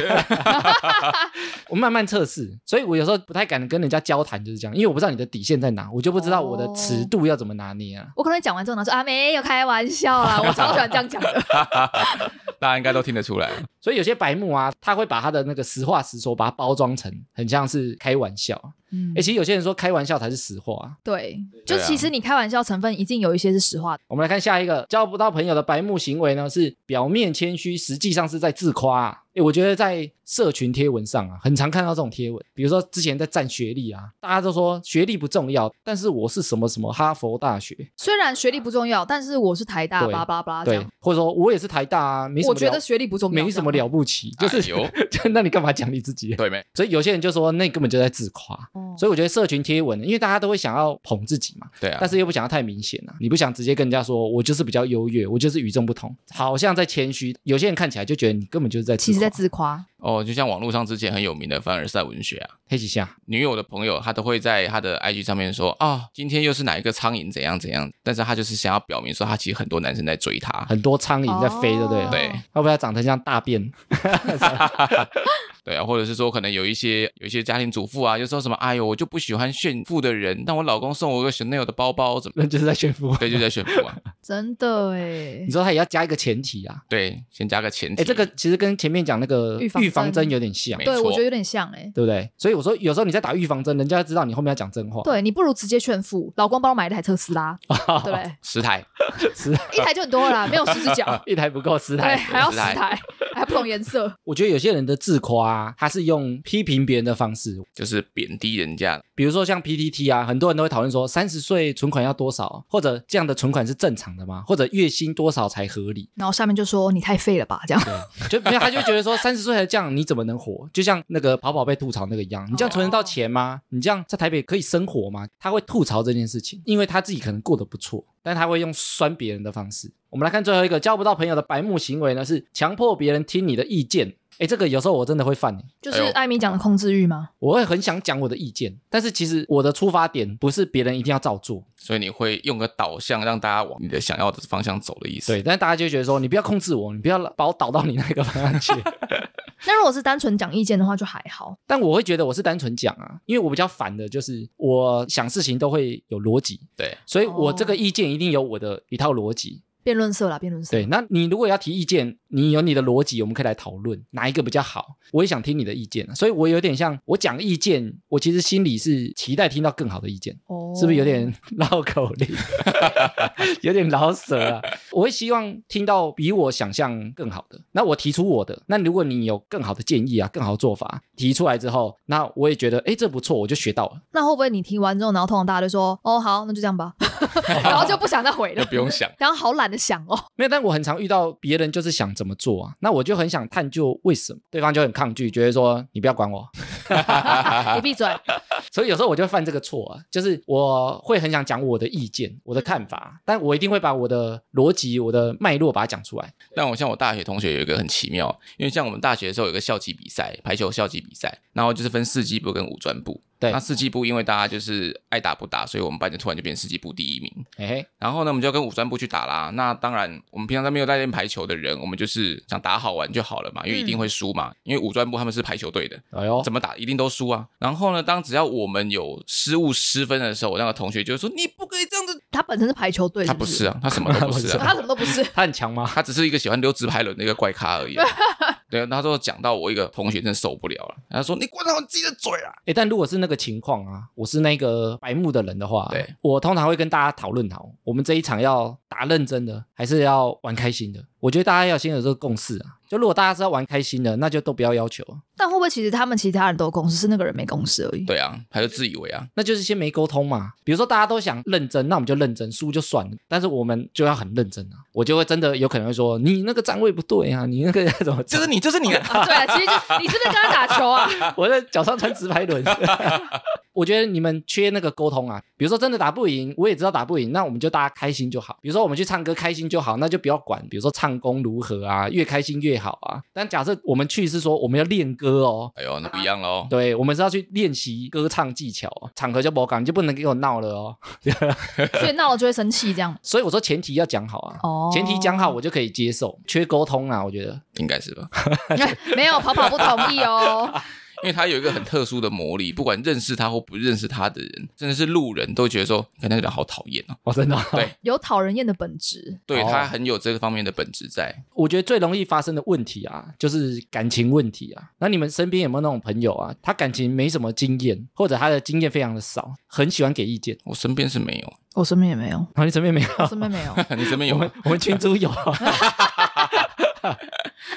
Speaker 1: 我慢慢测试。所以我有时候不太敢跟人家交谈，就是这样，因为我不知道你的底线在哪，我就不知道我的尺度要怎么拿捏啊。
Speaker 3: 我可能讲完之后呢说啊没有开玩笑 啦，我超喜欢这样讲的，
Speaker 2: 大家应该都听得出来。
Speaker 1: 所以有些白目啊，他会把他的那个实话实说，把它包装成很像是开玩笑啊。
Speaker 3: 嗯
Speaker 1: 哎、，其实有些人说开玩笑才是实话啊。
Speaker 3: 对，就
Speaker 2: 对啊
Speaker 3: 其实你开玩笑成分一定有一些是实话的，
Speaker 1: 我们来看下一个，交不到朋友的白目行为呢，是表面谦虚，实际上是在自夸、啊。哎，我觉得在社群贴文上啊，很常看到这种贴文。比如说之前在占学历啊，大家都说学历不重要，但是我是什么什么哈佛大学，
Speaker 3: 虽然学历不重要，但是我是台大，
Speaker 1: 对
Speaker 3: 巴拉巴拉这
Speaker 1: 对
Speaker 3: 样，，
Speaker 1: 或者说我也是台大啊，没什么
Speaker 3: 我觉得
Speaker 1: 了
Speaker 3: 学历不重要，
Speaker 1: 没什么
Speaker 3: 这样
Speaker 1: 了不起，就、
Speaker 2: 就是是有
Speaker 1: 就那你干嘛讲你自己？
Speaker 2: 对没？
Speaker 1: 所以有些人就说那根本就在自夸。啊
Speaker 3: 哦
Speaker 1: 所以我觉得社群贴文，因为大家都会想要捧自己嘛，
Speaker 2: 对啊
Speaker 1: 但，是又不想要太明显啊，你不想直接跟人家说我就是比较优越，我就是与众不同，好像在谦虚。有些人看起来就觉得你根本就是在
Speaker 3: 其实在
Speaker 1: 自
Speaker 3: 自夸，
Speaker 2: 哦，就像网络上之前很有名的凡尔赛文学啊，
Speaker 1: 黑几下，
Speaker 2: 女友的朋友，她都会在她的 IG 上面说啊、今天又是哪一个苍蝇怎样怎样，但是她就是想要表明说，她其实很多男生在追她。
Speaker 1: 很多苍蝇在飞，对不对？
Speaker 3: 哦
Speaker 2: 对
Speaker 1: 要不要长得像大便？
Speaker 2: 对啊，或者是说可能有一些有一些家庭主妇啊，就说什么哎呦，我就不喜欢炫富的人，但我老公送我个 Chanel 的包包，怎么？
Speaker 1: 那就是在炫富。
Speaker 2: 对，就在炫富啊。
Speaker 3: 真的哎
Speaker 1: 你，说他也要加一个前提啊，
Speaker 2: 对，先加个前提。
Speaker 1: 哎，这个其实跟前面讲那个
Speaker 3: 预防
Speaker 1: 预防针
Speaker 3: 针
Speaker 1: 有点像
Speaker 2: 没，
Speaker 3: 对我
Speaker 2: 错
Speaker 3: 觉得有点像哎。
Speaker 1: 对不对？所以我说有时候你在打预防针，人家知道你后面要讲真话。
Speaker 3: 对你不如直接炫富，老公帮我买一台特斯拉，对 不对？
Speaker 2: 十台，
Speaker 3: 一台就很多了啦，没有十只脚，
Speaker 1: 一台不够，十
Speaker 3: 对，
Speaker 1: 台
Speaker 3: 还要十
Speaker 2: 十台
Speaker 3: 台，还不同颜色，
Speaker 1: 我觉得有些人的自夸、啊，他是用批评别人的方式，
Speaker 2: 就是贬低人家。
Speaker 1: 比如说像 PTT 啊，很多人都会讨论说三十岁存款要多少，或者这样的存款是正常的吗？或者月薪多少才合理？
Speaker 3: 然后下面就说你太废了吧，这样。
Speaker 1: 就没有他就觉得说三十岁才这样，你怎么能活？就像那个跑跑被吐槽那个一样，你这样存得到钱吗？你这样在台北可以生活吗？他会吐槽这件事情，因为他自己可能过得不错，但他会用酸别人的方式。我们来看最后一个交不到朋友的白目行为呢，是强迫别人听你的意见。哎，这个有时候我真的会犯、欸，
Speaker 3: 就是
Speaker 2: 哎呦
Speaker 3: 艾米讲的控制欲吗？
Speaker 1: 我会很想讲我的意见，但是其实我的出发点不是别人一定要照做，
Speaker 2: 所以你会用个导向让大家往你的想要的方向走的意思。
Speaker 1: 对，，但大家就会觉得说，你不要控制我，你不要把我导到你那个方向去。
Speaker 3: 那如果是单纯讲意见的话，就还好。
Speaker 1: 但我会觉得我是单纯讲啊，因为我比较烦的就是我想事情都会有逻辑，
Speaker 2: 对，
Speaker 1: 所以我
Speaker 3: 哦
Speaker 1: 这个意见一定有我的一套逻辑。
Speaker 3: 辩论社啦，辩论社。
Speaker 1: 对，那你如果要提意见，你有你的逻辑，我们可以来讨论哪一个比较好。我也想听你的意见啊，所以我有点像我讲意见，我其实心里是期待听到更好的意见。
Speaker 3: 哦
Speaker 1: 是不是有点 绕口令，有点老舍啊？我会希望听到比我想象更好的。那我提出我的，那如果你有更好的建议啊，更好的做法提出来之后，那我也觉得哎这不错，我就学到了。
Speaker 3: 那会不会你听完之后，然后通常大家就说：“哦，好，那就这样 吧。”然后就不想再回了
Speaker 2: 就，不用想。
Speaker 3: 然后好懒得想哦。
Speaker 1: 没有，但我很常遇到别人就是想怎怎么做啊？那我就很想探究为什么，对方就很抗拒，觉得说你不要管我。
Speaker 3: 你闭嘴。
Speaker 1: 所以有时候我就会犯这个错啊，就是我会很想讲我的意见、我的看法，但我一定会把我的逻辑、我的脉络把它讲出来。
Speaker 2: 但我像我大学同学有一个很奇妙，因为像我们大学的时候有一个校级比赛，排球校级比赛，然后就是分四季部跟五专部。
Speaker 1: 对
Speaker 2: 那四季部因为大家就是爱打不打，所以我们班就突然就变四季部第一名。
Speaker 1: 嘿嘿，
Speaker 2: 然后呢，我们就要跟五专部去打啦。那当然，我们平常在没有在练排球的人，我们就是想打好玩就好了嘛，因为一定会输嘛。因为五专部他们是排球队的，
Speaker 1: 哎呦，
Speaker 2: 怎么打一定都输啊。然后呢，当只要我们有失误失分的时候，我那个同学就会说：“你不可以这样子。
Speaker 3: 他本身是排球队，”
Speaker 2: 他不是啊，他什么都 不是 啊，
Speaker 3: 他什么都不是。
Speaker 1: 他很强吗？
Speaker 2: 他只是一个喜欢溜直排轮的一个怪咖而已、 啊。对啊，那时候讲到我一个同学真的受不了了，他说：“你管好你自己的嘴啊
Speaker 1: 哎，但如果是那个情况啊，我是那个白目的人的话，
Speaker 2: 对，
Speaker 1: 我通常会跟大家讨论好，我们这一场要打认真的，还是要玩开心的？我觉得大家要先有这个共识啊。就如果大家是要玩开心的，那就都不要要求啊，
Speaker 3: 但会不会其实他们其他人都有共识，是那个人没共识而已？”。
Speaker 2: 对啊，他就自以为啊，
Speaker 1: 那就是先没沟通嘛。比如说大家都想认真，那我们就认真，输就算了，但是我们就要很认真啊。我就会真的有可能会说，你那个站位不对啊，你那个怎么
Speaker 2: 这
Speaker 1: 站？
Speaker 2: 是你，这是你的。
Speaker 3: 啊，对啊，其实就你是不是跟他打球啊？
Speaker 1: 我在脚上穿直排轮。 我觉得你们缺那个沟通啊，比如说真的打不赢，我也知道打不赢，那我们就大家开心就好。比如说我们去唱歌开心就好，那就不要管，比如说唱功如何啊，越开心越好啊。但假设我们去是说我们要练歌哦，
Speaker 2: 哎呦，那不一样喽。
Speaker 1: 对，我们是要去练习歌唱技巧哦，场合就不讲，你就不能给我闹了哦。
Speaker 3: 所以闹了就会生气这样。
Speaker 1: 所以我说前提要讲好啊，
Speaker 3: 哦，
Speaker 1: 前提讲好我就可以接受，缺沟通啊，我觉得。
Speaker 2: 应该是吧，
Speaker 3: 没有跑跑不同意哦。
Speaker 2: 因为他有一个很特殊的魔力，不管认识他或不认识他的人，真的是路人都觉得说，你看那个人好讨厌哦。
Speaker 1: 哦，真的、
Speaker 2: 对
Speaker 3: 有讨人厌的本质，
Speaker 2: 对
Speaker 1: 哦
Speaker 2: 他很有这个方面的本质在。
Speaker 1: 我觉得最容易发生的问题啊，就是感情问题啊。那你们身边有没有那种朋友啊，他感情没什么经验，或者他的经验非常的少，很喜欢给意见？
Speaker 2: 我身边是没有，
Speaker 3: 我身边也没有，
Speaker 1: 然后你身边没有？
Speaker 3: 我身边没有
Speaker 2: 你身边
Speaker 1: 我
Speaker 2: 有
Speaker 1: 们
Speaker 2: 吗？
Speaker 1: 我们群主有啊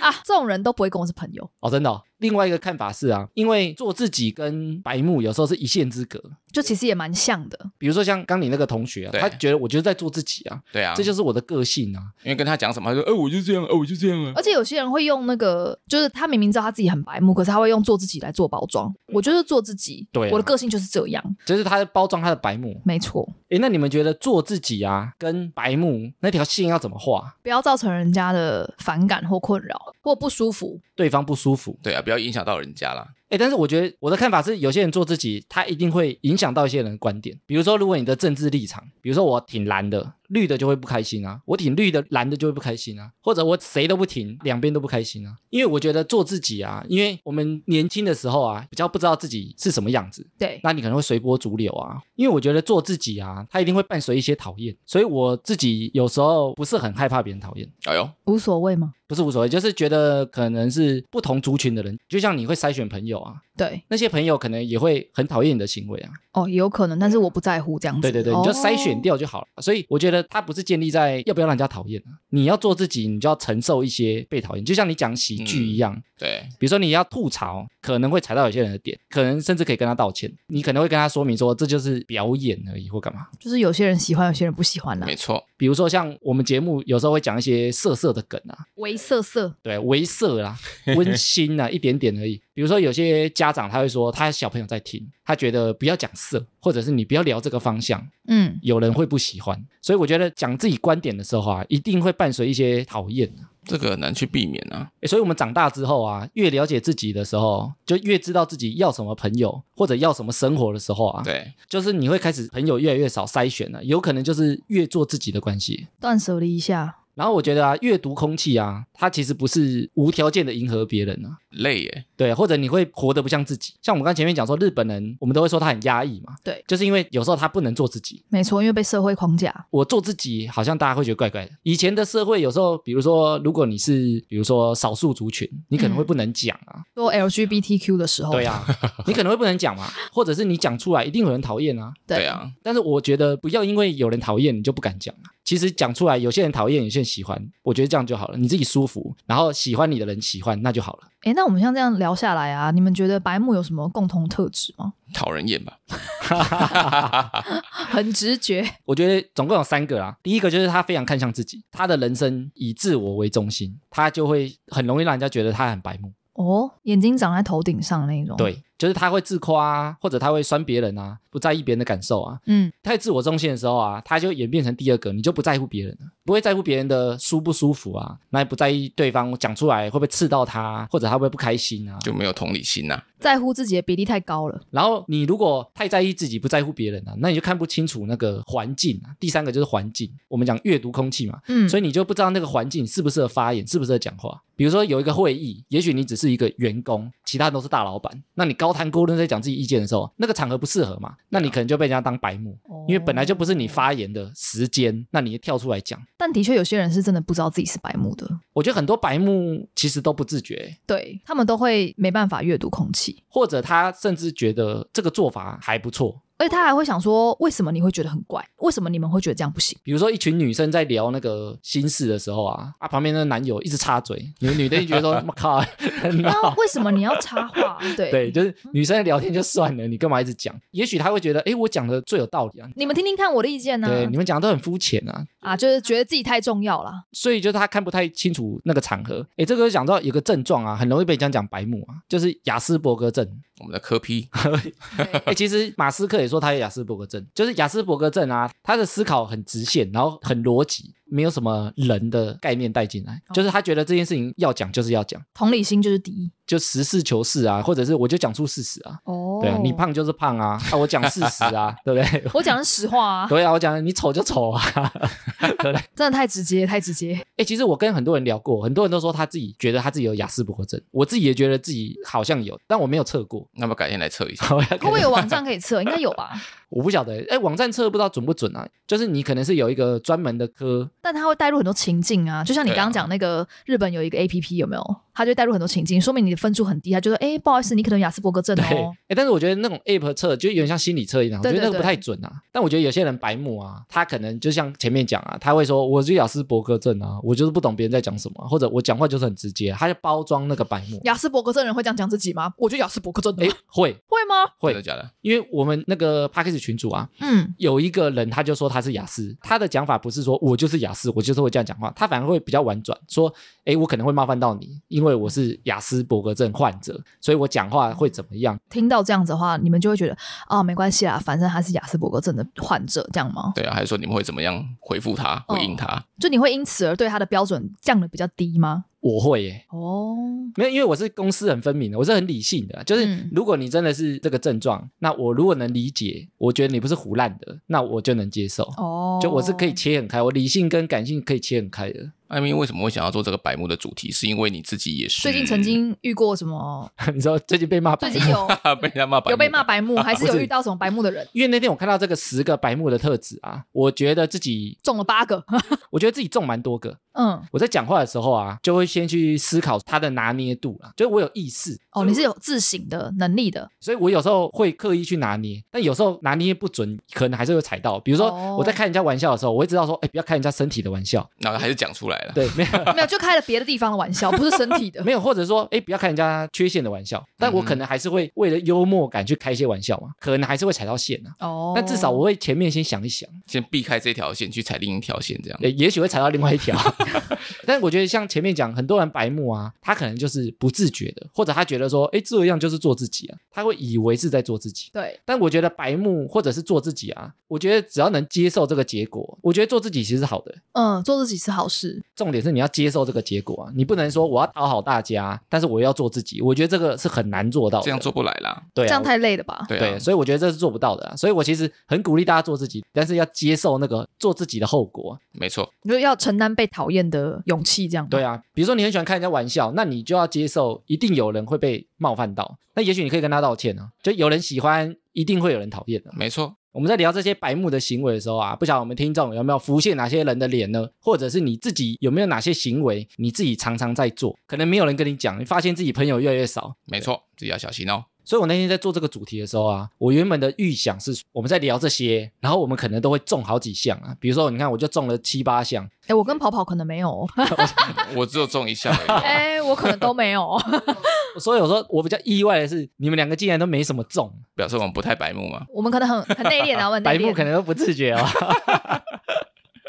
Speaker 3: 啊，这种人都不会跟我是朋友，
Speaker 1: 哦，真的哦、另外一个看法是啊，因为做自己跟白目有时候是一线之隔。
Speaker 3: 就其实也蛮像的。
Speaker 1: 比如说像刚你那个同学啊，
Speaker 2: 对
Speaker 1: 他觉得我就是在做自己啊，
Speaker 2: 对啊，
Speaker 1: 这就是我的个性啊。
Speaker 2: 因为跟他讲什么，他说，哎，我就这样，哦，我就这样啊。
Speaker 3: 而且有些人会用那个，就是他明明知道他自己很白目，可是他会用做自己来做包装。我就是做自己，
Speaker 1: 对啊
Speaker 3: 我的个性就是这样，
Speaker 1: 就是他包装他的白目，
Speaker 3: 没错。
Speaker 1: 诶，那你们觉得做自己啊，跟白目那条线要怎么画？
Speaker 3: 不要造成人家的反感或困扰或不舒服。
Speaker 1: 对方不舒服？
Speaker 2: 对啊，不要影响到人家啦。
Speaker 1: 诶，但是我觉得我的看法是，有些人做自己，他一定会影响到一些人的观点。比如说，如果你的政治立场，比如说我挺蓝的，绿的就会不开心啊；我挺绿的，蓝的就会不开心啊；或者我谁都不挺，两边都不开心啊。因为我觉得做自己啊，因为我们年轻的时候啊，比较不知道自己是什么样子，
Speaker 3: 对，
Speaker 1: 那你可能会随波逐流啊，因为我觉得做自己啊，它一定会伴随一些讨厌，所以我自己有时候不是很害怕别人讨厌，
Speaker 2: 哎呦，
Speaker 3: 无所谓吗？
Speaker 1: 不是无所谓，就是觉得可能是不同族群的人，就像你会筛选朋友啊，
Speaker 3: 对，
Speaker 1: 那些朋友可能也会很讨厌你的行为啊，
Speaker 3: 哦，也有可能，但是我不在乎这样子。
Speaker 1: 对对对，你就筛选
Speaker 3: 哦
Speaker 1: 掉就好了。所以我觉得它不是建立在要不要让人家讨厌啊，你要做自己，你就要承受一些被讨厌，就像你讲喜剧一样，
Speaker 2: 对，
Speaker 1: 比如说你要吐槽，可能会踩到有些人的点，可能甚至可以跟他道歉，你可能会跟他说明说这就是表演而已或干嘛。
Speaker 3: 就是有些人喜欢，有些人不喜欢啦、
Speaker 2: 没错，
Speaker 1: 比如说像我们节目有时候会讲一些色色的梗啊，
Speaker 3: 微色色，
Speaker 1: 对，微色啦、温馨啊，一点点而已。比如说有些家长他会说他小朋友在听，他觉得不要讲色，或者是你不要聊这个方向，
Speaker 3: 嗯，
Speaker 1: 有人会不喜欢。所以我觉得讲自己观点的时候啊，一定会伴随一些讨厌啊。
Speaker 2: 这个很难去避免啊。
Speaker 1: 诶所以我们长大之后啊，越了解自己的时候，就越知道自己要什么朋友或者要什么生活的时候啊，
Speaker 2: 对，
Speaker 1: 就是你会开始朋友越来越少筛选了、有可能就是越做自己的关系。
Speaker 3: 断舍离一下，
Speaker 1: 然后我觉得啊，阅读空气啊，它其实不是无条件的迎合别人啊，
Speaker 2: 累耶，
Speaker 1: 对，或者你会活得不像自己。像我们刚前面讲说，日本人我们都会说他很压抑嘛，
Speaker 3: 对
Speaker 1: 就是因为有时候他不能做自己。
Speaker 3: 没错，因为被社会框架，
Speaker 1: 我做自己，好像大家会觉得怪怪的。以前的社会有时候，比如说，如果你是比如说少数族群，你可能会不能讲啊，
Speaker 3: 做 LGBTQ 的时候，
Speaker 1: 对，啊，你可能会不能讲嘛，或者是你讲出来一定有人讨厌啊。
Speaker 3: 对
Speaker 2: 对，啊，
Speaker 1: 但是我觉得不要因为有人讨厌你就不敢讲啊其实讲出来，有些人讨厌，有些人喜欢，我觉得这样就好了，你自己舒服，然后喜欢你的人喜欢，那就好了。
Speaker 3: 哎，那我们像这样聊下来啊，你们觉得白木有什么共同特质吗？
Speaker 2: 讨人厌吧。
Speaker 3: 很直觉，
Speaker 1: 我觉得总共有三个啦。第一个就是他非常看向自己，他的人生以自我为中心，他就会很容易让人家觉得他很白目。
Speaker 3: 哦，眼睛长在头顶上那种，，
Speaker 1: 对，就是他会自夸啊，或者他会酸别人啊，不在意别人的感受啊。
Speaker 3: 嗯，
Speaker 1: 太自我中心的时候啊，他就演变成第二个，你就不在乎别人了，不会在乎别人的舒不舒服啊，那也不在意对方讲出来会不会刺到他，啊或者他会不会不开心啊。
Speaker 2: 就没有同理心呐、
Speaker 3: 在乎自己的比例太高了，
Speaker 1: 然后你如果太在意自己，不在乎别人啊，那你就看不清楚那个环境啊。第三个就是环境，我们讲阅读空气嘛，
Speaker 3: 嗯，
Speaker 1: 所
Speaker 3: 以
Speaker 1: 以你就不知道那个环境适不适合发言，适不适合讲话。比如说有一个会议，也许你只是一个员工，其他人都是大老板，那你高谈阔论在讲自己意见的时候，那个场合不适合嘛，那你可能就被人家当白目，因为本来就不是你，发言的时间，那你跳出来讲。
Speaker 3: 但的确有些人是真的不知道自己是白目的，
Speaker 1: 我觉得很多白目其实都不自觉，
Speaker 3: 对他们都会没办法阅读空气，
Speaker 1: 或者他甚至觉得这个做法还不错。
Speaker 3: 而且他还会想说，为什么你会觉得很怪？为什么你们会觉得这样 不行？
Speaker 1: 比如说，一群女生在聊那个心事的时候啊，啊，旁边那个男友一直插嘴，女女的就觉得说，我 靠，很
Speaker 3: 那
Speaker 1: 闹。
Speaker 3: 为什么你要插话？对
Speaker 1: 对，就是女生在聊天就算了，你干嘛一直讲？也许她会觉得，哎，我讲的最有道理啊。
Speaker 3: 你们听听看我的意见呢、
Speaker 1: 对，你们讲的都很肤浅啊，
Speaker 3: 啊，就是觉得自己太重要 了。
Speaker 1: 所以就是她看不太清楚那个场合。哎，这个就讲到有个症状啊，很容易被人家讲白目啊，就是雅斯伯格症。
Speaker 2: 我们的 科批，
Speaker 1: 哎，其实马斯克也说他有雅斯伯格症，就是雅斯伯格症啊，他的思考很直线，然后很逻辑，没有什么人的概念带进来，就是他觉得这件事情要讲就是要讲，
Speaker 3: 同理心就是第一
Speaker 1: 就实事求是啊，或者是我就讲出事实啊，
Speaker 3: 哦
Speaker 1: 对啊，你，胖就是胖啊，啊，我讲事实啊，对不对？
Speaker 3: 我讲的实话啊，
Speaker 1: 对啊，我讲你丑就丑啊。
Speaker 3: 真的太直接，太直接。
Speaker 1: 哎、其实我跟很多人聊过，很多人都说他自己觉得他自己有雅斯伯格症，我自己也觉得自己好像有，但我没有测过。
Speaker 2: 那么改天来测一下。
Speaker 1: 我
Speaker 3: 会不会有网站可以测？应该有吧，
Speaker 1: 我不晓得，哎、网站测不知道准不准啊？就是你可能是有一个专门的科，
Speaker 3: 但它会带入很多情境啊，就像你刚刚讲那个日本有一个 A P P 有没有？它就会带入很多情境，说明你的分数很低，它就说，哎，不好意思，你可能有雅斯伯格症
Speaker 1: 对，哎、
Speaker 3: 哦。
Speaker 1: 但是我觉得那种 app 测就有点像心理测一样，我
Speaker 3: 对
Speaker 1: 觉得那
Speaker 3: 对
Speaker 1: 个
Speaker 3: 对
Speaker 1: 不太准啊。但我觉得有些人白目啊，他可能就像前面讲啊，他会说我是雅斯伯格症啊，我就是不懂别人在讲什么啊，或者我讲话就是很直接，啊他就包装那个白目。
Speaker 3: 雅斯伯格症人会这样讲自己吗？ 我觉得雅斯伯格症的
Speaker 1: 哎、会
Speaker 3: 会吗？
Speaker 1: 会
Speaker 2: 真的，假的？
Speaker 1: 因为我们那个 p a c k a g e 群主啊，
Speaker 3: 嗯，
Speaker 1: 有一个人他就说他是雅思，他的讲法不是说我就是雅思，我就是会这样讲话，他反而会比较婉转，说，诶，我可能会冒犯到你，因为我是雅思伯格症患者，所以我讲话会怎么样？
Speaker 3: 听到这样子的话，你们就会觉得，哦，没关系啦，反正他是雅斯伯格症的患者，这样吗？
Speaker 2: 对啊，还是说你们会怎么样回复他、
Speaker 3: 哦
Speaker 2: 回应他？
Speaker 3: 就你会因此而对他的标准降的比较低吗？
Speaker 1: 我会耶。
Speaker 3: 哦，
Speaker 1: 没有，因为我是公私很分明的，我是很理性的。就是
Speaker 3: 嗯
Speaker 1: 如果你真的是这个症状，那我呃如果能理解，我觉得你不是胡乱的，那我就能接受。
Speaker 3: 哦，
Speaker 1: 就我是可以切很开，我理性跟感性可以切很开 的。
Speaker 2: 艾米为什么会想要做这个白目的主题？是因为你自己也是
Speaker 3: 最近曾经遇过什 么？
Speaker 1: 你说最近被骂白
Speaker 3: 最
Speaker 1: 目，啊
Speaker 3: 近有
Speaker 2: 被他骂白目
Speaker 3: 有被骂白目，还是
Speaker 1: 不
Speaker 3: 有
Speaker 1: 是
Speaker 3: 遇到什么白目的人？
Speaker 1: 因为那天我看到这个十个白目的特质啊，我觉得自己
Speaker 3: 中了 八个，
Speaker 1: 我觉得自己中蛮多个。
Speaker 3: 嗯，
Speaker 1: 我在讲话的时候啊，就会先去思考它的拿捏度啦，就是我有意识，
Speaker 3: 哦，你是有自省的能 力的，
Speaker 1: 所以我有时候会刻意去拿捏，但有时候拿捏不准，可能还是会踩到。比如说
Speaker 3: 哦
Speaker 1: 我在开人家玩笑的时候，我会知道说，哎，不要开人家身体的玩 笑，
Speaker 2: 那还是讲出来了。
Speaker 1: 对，没有
Speaker 3: 没有就开了别的地方的玩笑，不是身体 的。
Speaker 1: 没有，或者说，哎，不要开人家缺陷的玩笑，但
Speaker 3: 嗯
Speaker 1: 我可能还是会为了幽默感去开一些玩笑嘛，可能还是会踩到线啊。
Speaker 3: 哦，
Speaker 1: 但至少我会前面先想一想，
Speaker 2: 先避开这条线，去踩另一条线，这样。
Speaker 3: 哎
Speaker 1: 也也许会踩到另外一 条。 但我觉得像前面讲，很多人白目啊，他可能就是不自觉的，或者他觉得说，哎，这样就是做自己啊，他会以为是在做自己。
Speaker 3: 对
Speaker 1: 但我觉得白目或者是做自己啊，我觉得只要能接受这个结果，我觉得做自己其实是好的。
Speaker 3: 嗯，做自己是好事，
Speaker 1: 重点是你要接受这个结果啊，你不能说我要讨好大家，但是我要做自己。我觉得这个是很难做到的，
Speaker 2: 这样做不来啦，
Speaker 1: 对、啊，
Speaker 3: 这样太累了吧？
Speaker 2: 对啊，
Speaker 1: 对，所以我觉得这是做不到的、啊。所以我其实很鼓励大家做自己，但是要接受那个做自己的后果啊。
Speaker 2: 没错，
Speaker 3: 你就要承担被讨厌的勇气，这样吗
Speaker 1: 对啊，比如说你很喜欢开人家玩笑，那你就要接受，一定有人会被冒犯到。那也许你可以跟他道歉啊，就有人喜欢，一定会有人讨厌的。
Speaker 2: 没错，
Speaker 1: 我们在聊这些白目的行为的时候啊，不晓得我们听众有没有浮现哪些人的脸呢？或者是你自己有没有哪些行为你自己常常在做，可能没有人跟你讲，你发现自己朋友越来越少。
Speaker 2: 没错，自己要小心哦。
Speaker 1: 所以我那天在做这个主题的时候啊，我原本的预想是我们在聊这些，然后我们可能都会中好几项啊，比如说你看我就中了七八项，
Speaker 3: 哎，我跟跑跑可能没有哦，
Speaker 2: 我只有中一项而已。
Speaker 3: 哎，我可能都没有哦，
Speaker 1: 所以我说我比较意外的是，你们两个竟然都没什么中，
Speaker 2: 表示我们不太白目嘛。
Speaker 3: 我们可能很很内 敛啊，我们很
Speaker 1: 白
Speaker 3: 内
Speaker 1: 目
Speaker 3: 敛。
Speaker 1: 可能都不自觉哦。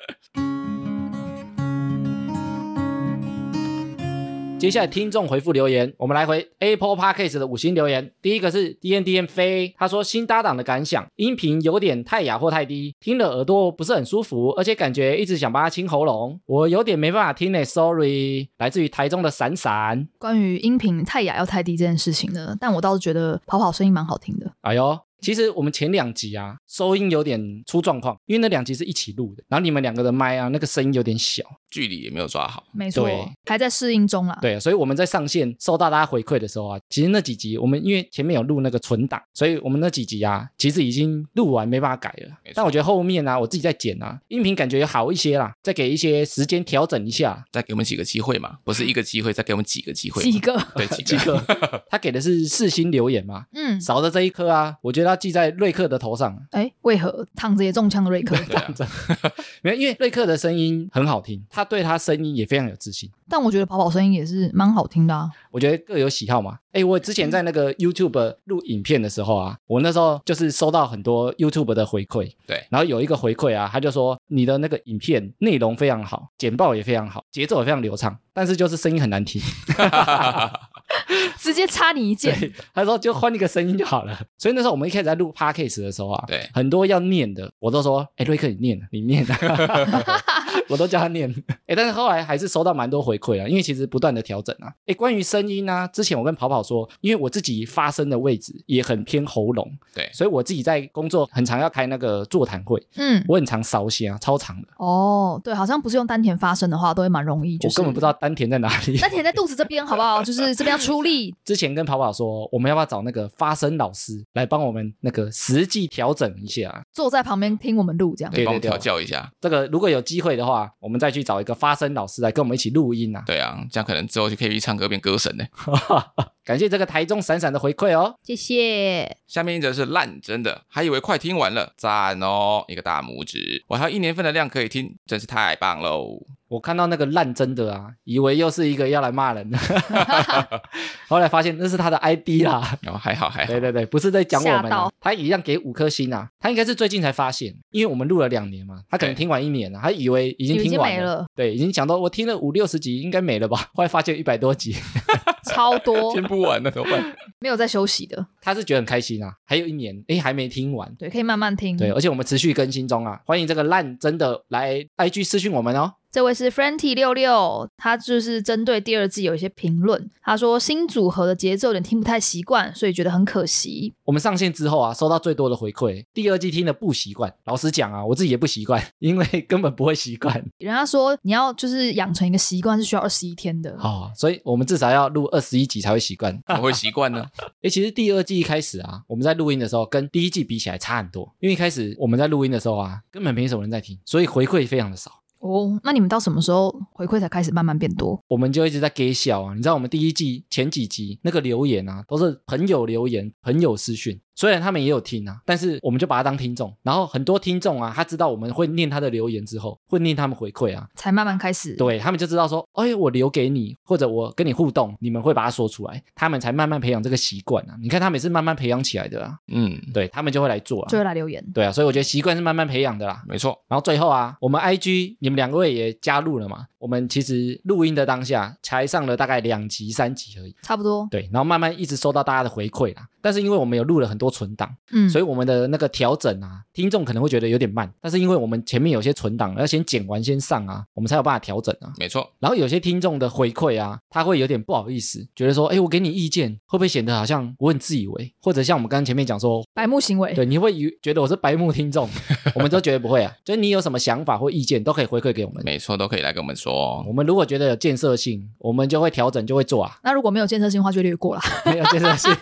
Speaker 1: 接下来听众回复留言，我们来回 Apple Podcast 的五星留言。第一个是 D N D N 飞，他说新搭档的感想，音频有点太哑或太低，听了耳朵不是很舒服，而且感觉一直想把它清喉咙，我有点没办法听呢、s o r r y 来自于台中的闪闪，
Speaker 3: 关于音频太哑要太低这件事情呢，但我倒是觉得跑跑声音蛮好听的。
Speaker 1: 哎呦，其实我们前两集啊，收音有点出状况，因为那两集是一起录的，然后你们两个的麦啊，那个声音有点小，
Speaker 2: 距离也没有抓好，
Speaker 3: 没错
Speaker 1: 对，
Speaker 3: 还在适应中啊
Speaker 2: 啊
Speaker 3: 啦。
Speaker 1: 对，所以我们在上线收到大家回馈的时候啊，其实那几集我们因为前面有录那个存档，所以我们那几集啊，其实已经录完没办法改了
Speaker 2: 没错。
Speaker 1: 但我觉得后面啊，我自己在剪啊，音频感觉好一些啦，再给一些时间调整一下。
Speaker 2: 再给我们几个机会嘛，不是一个机会，再给我们几个机会 嘛，
Speaker 3: 几个，
Speaker 2: 对
Speaker 1: 这
Speaker 2: 几个。
Speaker 1: 个他给的是四星留言嘛，
Speaker 3: 嗯，
Speaker 1: 少的这一颗啊，我觉得要记在瑞克的头上。
Speaker 3: 哎，为何躺着也中枪的瑞克？
Speaker 2: 对啊，
Speaker 1: 没有，因为瑞克的声音很好听，他对他声音也非常有自信。
Speaker 3: 但我觉得跑跑声音也是蛮好听的啊。
Speaker 1: 我觉得各有喜好嘛。哎，我之前在那个 YouTube 录影片的时候啊，我那时候就是收到很多 YouTube 的回馈，
Speaker 2: 对
Speaker 1: 然后有一个回馈啊，他就说你的那个影片内容非常好，剪报也非常好，节奏也非常流畅，但是就是声音很难听。
Speaker 3: 直接插你一剑，
Speaker 1: 他说就换一个声音就好了。所以那时候我们一开始在录 podcast 的时候啊，
Speaker 2: 对
Speaker 1: 很多要念的，我都说，哎，瑞克你念，你念，啊 我都叫他念。哎，但是后来还是收到蛮多回馈啊，因为其实不断的调整啊。哎，关于声音呢、之前我跟跑跑说，因为我自己发声的位置也很偏喉咙，
Speaker 2: 对
Speaker 1: 所以我自己在工作很常要开那个座谈会，
Speaker 3: 嗯，
Speaker 1: 我很常烧心啊，超长的，
Speaker 3: 哦，对，好像不是用丹田发声的话，都会蛮容易，就是
Speaker 1: 我根本不知道丹田在哪里。
Speaker 3: 丹田在肚子这边，好不好？就是这边要出力，
Speaker 1: 之前跟跑跑说，我们要不要找那个发声老师来帮我们那个实际调整一下、啊
Speaker 3: 坐在旁边听我们录这样。
Speaker 1: 对
Speaker 2: 帮我们
Speaker 1: 对
Speaker 2: 调教一下。
Speaker 1: 这个如果有机会的话，我们再去找一个发声老师来跟我们一起录音啊！
Speaker 2: 对啊，这样可能之后去 KTV 唱歌变歌神呢。
Speaker 1: 感谢这个台中闪闪的回馈哦。
Speaker 3: 谢谢。
Speaker 2: 下面一则是烂，真的，还以为快听完了，赞哦，一个大拇指。我还有一年份的量可以听，真是太棒喽。
Speaker 1: 我看到那个烂真的啊，以为又是一个要来骂人的， 后来发现那是他的 ID 啦。
Speaker 2: 然后还好还好
Speaker 1: 对，对对，不是在讲我
Speaker 3: 吓
Speaker 1: 们、啊
Speaker 3: 到，
Speaker 1: 他一样给五颗星啊。他应该是最近才发现，因为我们录了两年嘛，他可能
Speaker 2: 对
Speaker 1: 听完一年了、啊他以为已经
Speaker 3: 已经
Speaker 1: 听完
Speaker 3: 没了
Speaker 1: 对，已经想到我听了五六十集应该没了吧， 后来发现一百多集，
Speaker 3: 超多
Speaker 2: 听不完了怎 么办？
Speaker 3: 没有在休息的，
Speaker 1: 他是觉得很开心啊。还有一年，诶，还没听完，
Speaker 3: 对，可以慢慢听。
Speaker 1: 对，而哦且我们持续更新中啊，欢迎这个烂真的来 IG 私讯我们哦。
Speaker 3: 这位是 Franty 六六，他就是针对第二季有一些评论，他说新组合的节奏有点听不太习惯，所以觉得很可惜。
Speaker 1: 我们上线之后啊，收到最多的回馈，第二季听的不习惯。老实讲啊，我自己也不习惯， 因为根本不会习惯
Speaker 3: 人家说你要就是养成一个习惯是需要二十一天的，
Speaker 1: 哦，所以我们至少要录二十一集才会习惯。
Speaker 2: 我会习惯呢。
Speaker 1: 诶，其实第二季一开始啊，我们在录音的时候跟第一季比起来差很多，因为一开始我们在录音的时候啊，根本没什么人在听，所以回馈非常的少。
Speaker 3: 哦，那你们到什么时候回馈才开始慢慢变多？
Speaker 1: 我们就一直在给笑啊，你知道我们第一季前几集那个留言啊，都是朋友留言、朋友私讯，虽然他们也有听啊，但是我们就把他当听众。然后很多听众啊，他知道我们会念他的留言之后，会念他们回馈啊，
Speaker 3: 才慢慢开始。，
Speaker 1: 对他们就知道说，哎，我留给你，或者我跟你互动，你们会把它说出来，他们才慢慢培养这个习惯啊。你看他们也是慢慢培养起来的啊，
Speaker 2: 嗯，
Speaker 1: 对他们就会来做啊
Speaker 3: 就，会来留言。
Speaker 1: 对啊，所以我觉得习惯是慢慢培养的啦。
Speaker 2: 没错，
Speaker 1: 然后最后啊，我们 IG 你们两位也加入了嘛？我们其实录音的当下才上了大概两集、三集而已。
Speaker 3: 差不多，
Speaker 1: 对，然后慢慢一直收到大家的回馈啦。但是因为我们有录了很多存档，
Speaker 3: 嗯，
Speaker 1: 所以
Speaker 3: 以
Speaker 1: 我们的那个调整啊，听众可能会觉得有点慢。但是因为我们前面有些存档要先剪完先上啊，我们才有办法调整啊。
Speaker 2: 没错，
Speaker 1: 然后有些听众的回馈啊，他会有点不好意思，觉得说，哎，我给你意见，会不会显得好像我很自以为，或者像我们刚刚前面讲说，
Speaker 3: 白目行为，
Speaker 1: 对，你会以为觉得我是白目听众，我们都觉得不会啊，就是你有什么想法或意见都可以回馈给我们。
Speaker 2: 没错，都可以来跟我们说
Speaker 1: 我
Speaker 2: 哦。
Speaker 1: 们如果觉得有建设性，我们就会调整，就会做 啊。
Speaker 3: 那如果没有建设性的话，就略过了。
Speaker 1: 没有建设性，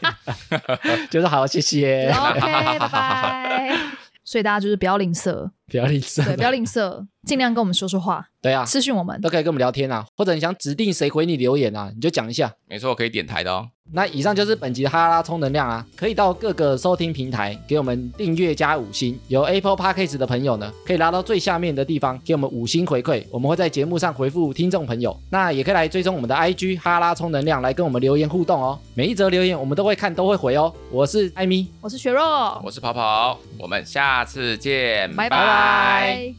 Speaker 1: 就是好，谢谢。
Speaker 3: 哦 OK，拜拜。所以大家就是不要吝啬，
Speaker 1: 不要吝啬
Speaker 3: 对，不要吝啬，尽量跟我们说说话，
Speaker 1: 对啊，
Speaker 3: 私讯我们
Speaker 1: 都。可以跟我们聊天啊，或者你想指定谁回你留言啊，你就讲一下。
Speaker 2: 没错，可以点台的哦。
Speaker 1: 那以上就是本集的哈拉充能量啊，可以到各个收听平台给我们订阅加五星。有 Apple Podcast 的朋友呢，可以拉到最下面的地方给我们五星回馈，我们会在节目上回复听众朋友。那也可以来追踪我们的 IG 哈拉充能量，来跟我们留言互动哦。每一则留言我们都会看，都会回哦。我是艾米，
Speaker 3: 我是雪若，
Speaker 2: 我是跑跑，我们下次见，
Speaker 3: 拜拜。